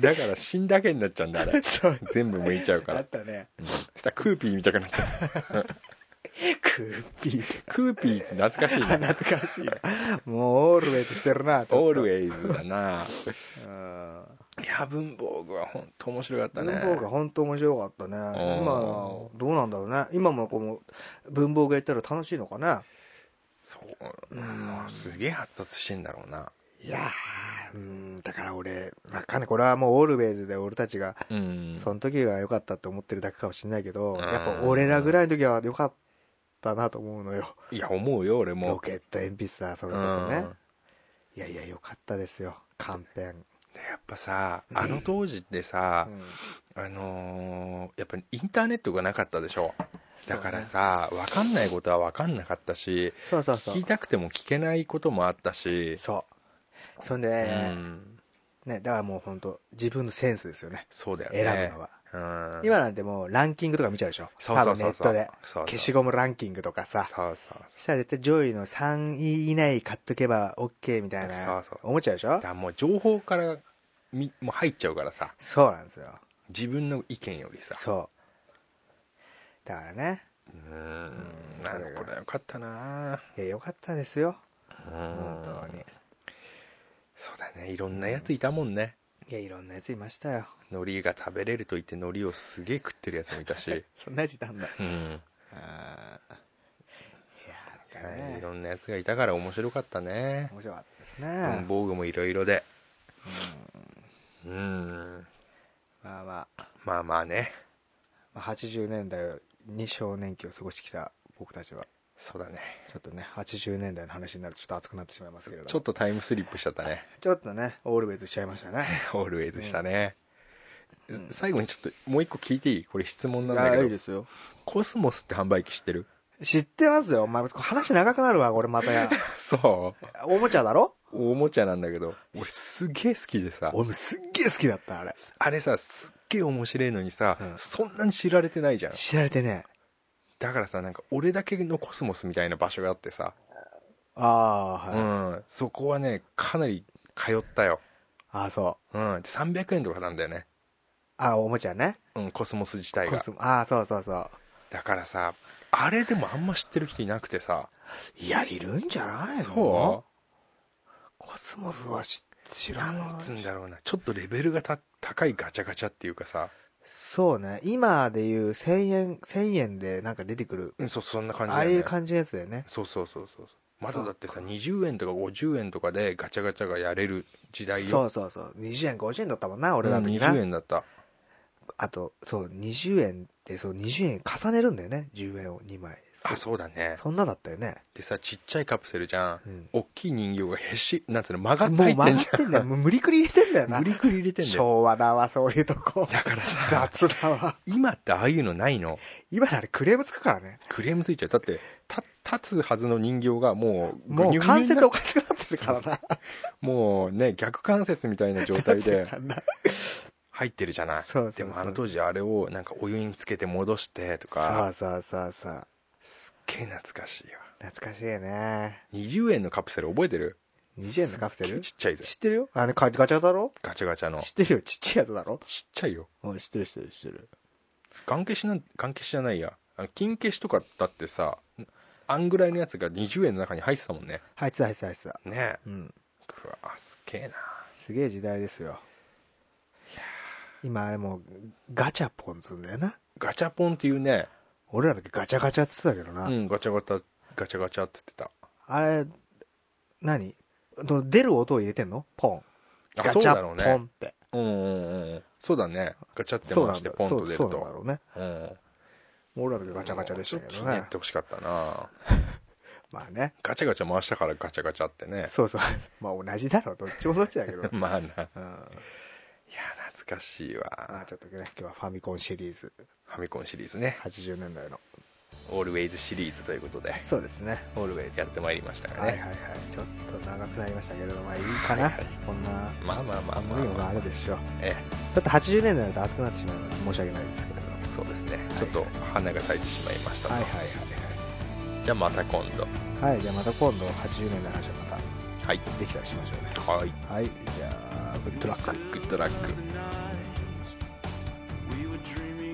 [SPEAKER 3] だから死んだけになっちゃうんだあれ
[SPEAKER 2] そう
[SPEAKER 3] 全部剥いちゃう か
[SPEAKER 2] あ
[SPEAKER 3] ら
[SPEAKER 2] ったね
[SPEAKER 3] うんそしたらクーピーみたくなった
[SPEAKER 2] クーピー
[SPEAKER 3] クーピーって懐かしいな
[SPEAKER 2] 懐かしいなもうオールウェイズしてるな
[SPEAKER 3] オールウ
[SPEAKER 2] イ
[SPEAKER 3] ェイズだな
[SPEAKER 2] ズ文
[SPEAKER 3] いや文房具は本当面白かったね
[SPEAKER 2] 房具本当面白かったね
[SPEAKER 3] ん
[SPEAKER 2] 今どうなんだろうね今もこの文房具やったら楽しいのかな
[SPEAKER 3] そう、
[SPEAKER 2] うん
[SPEAKER 3] すげえ発達してんだろうない
[SPEAKER 2] やーうんだから俺わかんないこれはもうオールウェイズで俺たちが
[SPEAKER 3] うん
[SPEAKER 2] その時が良かったって思ってるだけかもしれないけど
[SPEAKER 3] うん
[SPEAKER 2] やっぱ俺らぐらいの時は良かったなと思うのよ
[SPEAKER 3] いや思うよ俺も
[SPEAKER 2] ロケット鉛筆だそれこそねいやいや良かったですよカンペン
[SPEAKER 3] でやっぱさあの当時ってさ、
[SPEAKER 2] うん
[SPEAKER 3] あのーやっぱりインターネットがなかったでしょだか
[SPEAKER 2] そうね
[SPEAKER 3] らさ、わかんないことはわかんなかったし
[SPEAKER 2] そうそうそう
[SPEAKER 3] 聞きたくても聞けないこともあったし、
[SPEAKER 2] そうそんで、
[SPEAKER 3] うん、
[SPEAKER 2] ねだからもう本当自分のセンスですよね
[SPEAKER 3] そうだよね
[SPEAKER 2] 選ぶのは、
[SPEAKER 3] うん、
[SPEAKER 2] 今なんてもうランキングとか見ちゃうでしょ
[SPEAKER 3] そうそう
[SPEAKER 2] 多分
[SPEAKER 3] そ
[SPEAKER 2] ネ
[SPEAKER 3] う
[SPEAKER 2] ッ
[SPEAKER 3] そう
[SPEAKER 2] トで
[SPEAKER 3] そうそう
[SPEAKER 2] 消しゴムランキングとかさ
[SPEAKER 3] そうそう
[SPEAKER 2] そしたら絶対上位の3位以内買っとけば OK みたい
[SPEAKER 3] そ
[SPEAKER 2] な
[SPEAKER 3] うそう
[SPEAKER 2] 思っちゃうでし
[SPEAKER 3] だ
[SPEAKER 2] ょ
[SPEAKER 3] からもう情報からみもう入っちゃうからさ
[SPEAKER 2] そうなんですよ
[SPEAKER 3] 自分の意見よりさ
[SPEAKER 2] そうだからね
[SPEAKER 3] うん
[SPEAKER 2] うん
[SPEAKER 3] な
[SPEAKER 2] それが
[SPEAKER 3] るほどよかったない
[SPEAKER 2] やよかったですよ
[SPEAKER 3] うん
[SPEAKER 2] 本当に
[SPEAKER 3] そうだねいろんなやついたもんね
[SPEAKER 2] いやいろんなやついましたよ
[SPEAKER 3] 海苔が食べれると言って海苔をすげえ食ってるやつもいたし
[SPEAKER 2] そんなやついたんだ
[SPEAKER 3] うん
[SPEAKER 2] あーいや
[SPEAKER 3] はい、い
[SPEAKER 2] ね
[SPEAKER 3] ろんなやつがいたから面白かったね
[SPEAKER 2] 面白かったです
[SPEAKER 3] 文
[SPEAKER 2] ね、
[SPEAKER 3] 房具もいろいろでうん
[SPEAKER 2] まあまあ
[SPEAKER 3] まあまあね
[SPEAKER 2] まあ80年代に少年期を過ごしてきた僕たちは
[SPEAKER 3] そうだね
[SPEAKER 2] ちょっとね80年代の話になるとちょっと熱くなってしまいますけれども
[SPEAKER 3] ちょっとタイムスリップしちゃっ たね
[SPEAKER 2] ちょっとねオールウェイズしちゃいましたね
[SPEAKER 3] オールウェイズしたね、
[SPEAKER 2] うん
[SPEAKER 3] 最後にちょっともう一個聞いていいこれ質問なんだけ
[SPEAKER 2] い
[SPEAKER 3] ど
[SPEAKER 2] やいいですよ
[SPEAKER 3] コスモスって販売機 知ってる
[SPEAKER 2] 知ってますよお前話長くなるわこれまたや
[SPEAKER 3] そ
[SPEAKER 2] おもちゃだろ
[SPEAKER 3] うおもちゃなんだけど俺すげえ好きでさ
[SPEAKER 2] 俺もすっげえ好きだったあれ
[SPEAKER 3] あれさすっげえ面白いのにさ、
[SPEAKER 2] うん
[SPEAKER 3] そんなに知られてないじゃん
[SPEAKER 2] 知られてね
[SPEAKER 3] だからさなんか俺だけのコスモスみたいな場所があってさ、
[SPEAKER 2] ああ、はい
[SPEAKER 3] うん、そこはねかなり通ったよ、
[SPEAKER 2] ああそう
[SPEAKER 3] うん、で300円とかなんだよね、
[SPEAKER 2] ああおもちゃね
[SPEAKER 3] うん、コスモス自体
[SPEAKER 2] コ
[SPEAKER 3] が
[SPEAKER 2] スモああそうそうそう
[SPEAKER 3] だからさあれでもあんま知ってる人いなくてさ
[SPEAKER 2] いやいるんじゃないの
[SPEAKER 3] そう
[SPEAKER 2] コスモスは知知らな
[SPEAKER 3] なんつうん
[SPEAKER 2] い
[SPEAKER 3] だろうなちょっとレベルがた高いガチャガチャっていうかさ、
[SPEAKER 2] そうね今でいう1000円1000円でなんか出てくる
[SPEAKER 3] うん、そうそんな感じ
[SPEAKER 2] あ
[SPEAKER 3] だ
[SPEAKER 2] あ
[SPEAKER 3] よ
[SPEAKER 2] い
[SPEAKER 3] ね
[SPEAKER 2] う感じのやつだよね
[SPEAKER 3] そうそうそうそうまだだってさ
[SPEAKER 2] そっか
[SPEAKER 3] 20円とか50円とかでガチャガチャがやれる時代よ
[SPEAKER 2] そうそうそう20円50円だったもんな俺らの
[SPEAKER 3] うん
[SPEAKER 2] 時な、
[SPEAKER 3] 20円だった
[SPEAKER 2] あとそう20円ってそう20円重ねるんだよね10円を2枚
[SPEAKER 3] あそうだね
[SPEAKER 2] そんなだったよね、
[SPEAKER 3] でさちっちゃいカプセルじゃん
[SPEAKER 2] うん、
[SPEAKER 3] 大きい人形がへしなんつうの曲がって
[SPEAKER 2] も
[SPEAKER 3] 入
[SPEAKER 2] う曲がっ
[SPEAKER 3] ってんじゃ
[SPEAKER 2] てん だよもう無理くり入れてんだよ
[SPEAKER 3] ん
[SPEAKER 2] な
[SPEAKER 3] 無理くり入れてんだよ
[SPEAKER 2] 昭和だわそういうとこ
[SPEAKER 3] だからさ
[SPEAKER 2] 雑だわ
[SPEAKER 3] 今ってああいうのないの
[SPEAKER 2] 今のあれクレームつくからね
[SPEAKER 3] クレームついちゃうだってた立つはずの人形がもう
[SPEAKER 2] も
[SPEAKER 3] ぐ
[SPEAKER 2] う
[SPEAKER 3] にゅぐにゅ
[SPEAKER 2] 関
[SPEAKER 3] にな
[SPEAKER 2] 節おかしくなってるからな
[SPEAKER 3] もうね逆関節みたいな状態で入ってるじゃな
[SPEAKER 2] そ
[SPEAKER 3] い
[SPEAKER 2] うそうそう
[SPEAKER 3] でもあの当時あれをなんかお湯につけて戻してとか
[SPEAKER 2] そうそうそうそう
[SPEAKER 3] すっげえ懐かしいわ
[SPEAKER 2] 懐かしいね
[SPEAKER 3] 20円のカプセル覚えてる
[SPEAKER 2] 20円のカプセ
[SPEAKER 3] すっげえ
[SPEAKER 2] ル
[SPEAKER 3] ちっちゃいぜ
[SPEAKER 2] 知ってるよあれガチャガチャだろ
[SPEAKER 3] ガチャガチャの
[SPEAKER 2] 知ってるよちっちゃいやつだろ
[SPEAKER 3] ちっちゃいよ
[SPEAKER 2] うん知ってる知ってる知ってる
[SPEAKER 3] 眼消しなん眼消しじゃないやあの金消しとかだってさあんぐらいのやつが20円の中に入ってたもんね
[SPEAKER 2] はいつだはいつだはいつだ
[SPEAKER 3] ねえ
[SPEAKER 2] うん
[SPEAKER 3] うわすっげえな
[SPEAKER 2] すげえ時代ですよ今あれもうガチャポンっつうんだよな
[SPEAKER 3] ガチャポンっていうね
[SPEAKER 2] 俺らだけガチャガチャっつってたけど
[SPEAKER 3] う
[SPEAKER 2] な、
[SPEAKER 3] んガチャガチャガチャガチャっつってた
[SPEAKER 2] あれ何ど出る音を入れてんのポン
[SPEAKER 3] あ
[SPEAKER 2] ガ
[SPEAKER 3] そう
[SPEAKER 2] チャ
[SPEAKER 3] だろう
[SPEAKER 2] ポン
[SPEAKER 3] ね
[SPEAKER 2] って
[SPEAKER 3] うんうんうんそうだねガチャって
[SPEAKER 2] そう
[SPEAKER 3] 回
[SPEAKER 2] な
[SPEAKER 3] し
[SPEAKER 2] ん
[SPEAKER 3] て
[SPEAKER 2] だ
[SPEAKER 3] ポンと出る
[SPEAKER 2] そうそうなんだ
[SPEAKER 3] と
[SPEAKER 2] ろうね
[SPEAKER 3] うん
[SPEAKER 2] もう俺らの時ガチャガチャでしたけ
[SPEAKER 3] ち
[SPEAKER 2] ど
[SPEAKER 3] ょっとひね
[SPEAKER 2] ね
[SPEAKER 3] っ。てほしかったな
[SPEAKER 2] まあね。
[SPEAKER 3] ガチャガチャ回したからガチャガチャってね
[SPEAKER 2] そうそう。まあ同じだろう。どっちもどっちだけど。うん。
[SPEAKER 3] まあないや
[SPEAKER 2] ま
[SPEAKER 3] 懐かしいわ
[SPEAKER 2] あちょっとね、今日はファミコンシリーズ。
[SPEAKER 3] ファミコンシリーズね
[SPEAKER 2] 80年代の。
[SPEAKER 3] オールウェイズシリーズということで
[SPEAKER 2] そうですね。オールウェイズ
[SPEAKER 3] やってまいりましたが
[SPEAKER 2] はい
[SPEAKER 3] ね、
[SPEAKER 2] はいはい。ちょっと長くなりましたけれども、まあいいか
[SPEAKER 3] は
[SPEAKER 2] ない
[SPEAKER 3] はい。
[SPEAKER 2] こんな、
[SPEAKER 3] まあまあまあまあ、
[SPEAKER 2] 無理も
[SPEAKER 3] まあ
[SPEAKER 2] あるでしょう。
[SPEAKER 3] え
[SPEAKER 2] ちょっと80年代だと熱くなってしまうので申し訳ないですけれども。
[SPEAKER 3] えそうですね、
[SPEAKER 2] い
[SPEAKER 3] ちょっと花が咲いてしまいましたと、
[SPEAKER 2] はいはい
[SPEAKER 3] じゃあまた今度
[SPEAKER 2] はいはい。はい、じゃあまた今度80年代の話はま
[SPEAKER 3] はい
[SPEAKER 2] たできたりしましょうね。
[SPEAKER 3] はい
[SPEAKER 2] はい、じゃあ、グッドラック。
[SPEAKER 3] グッドラック
[SPEAKER 4] We were dreaming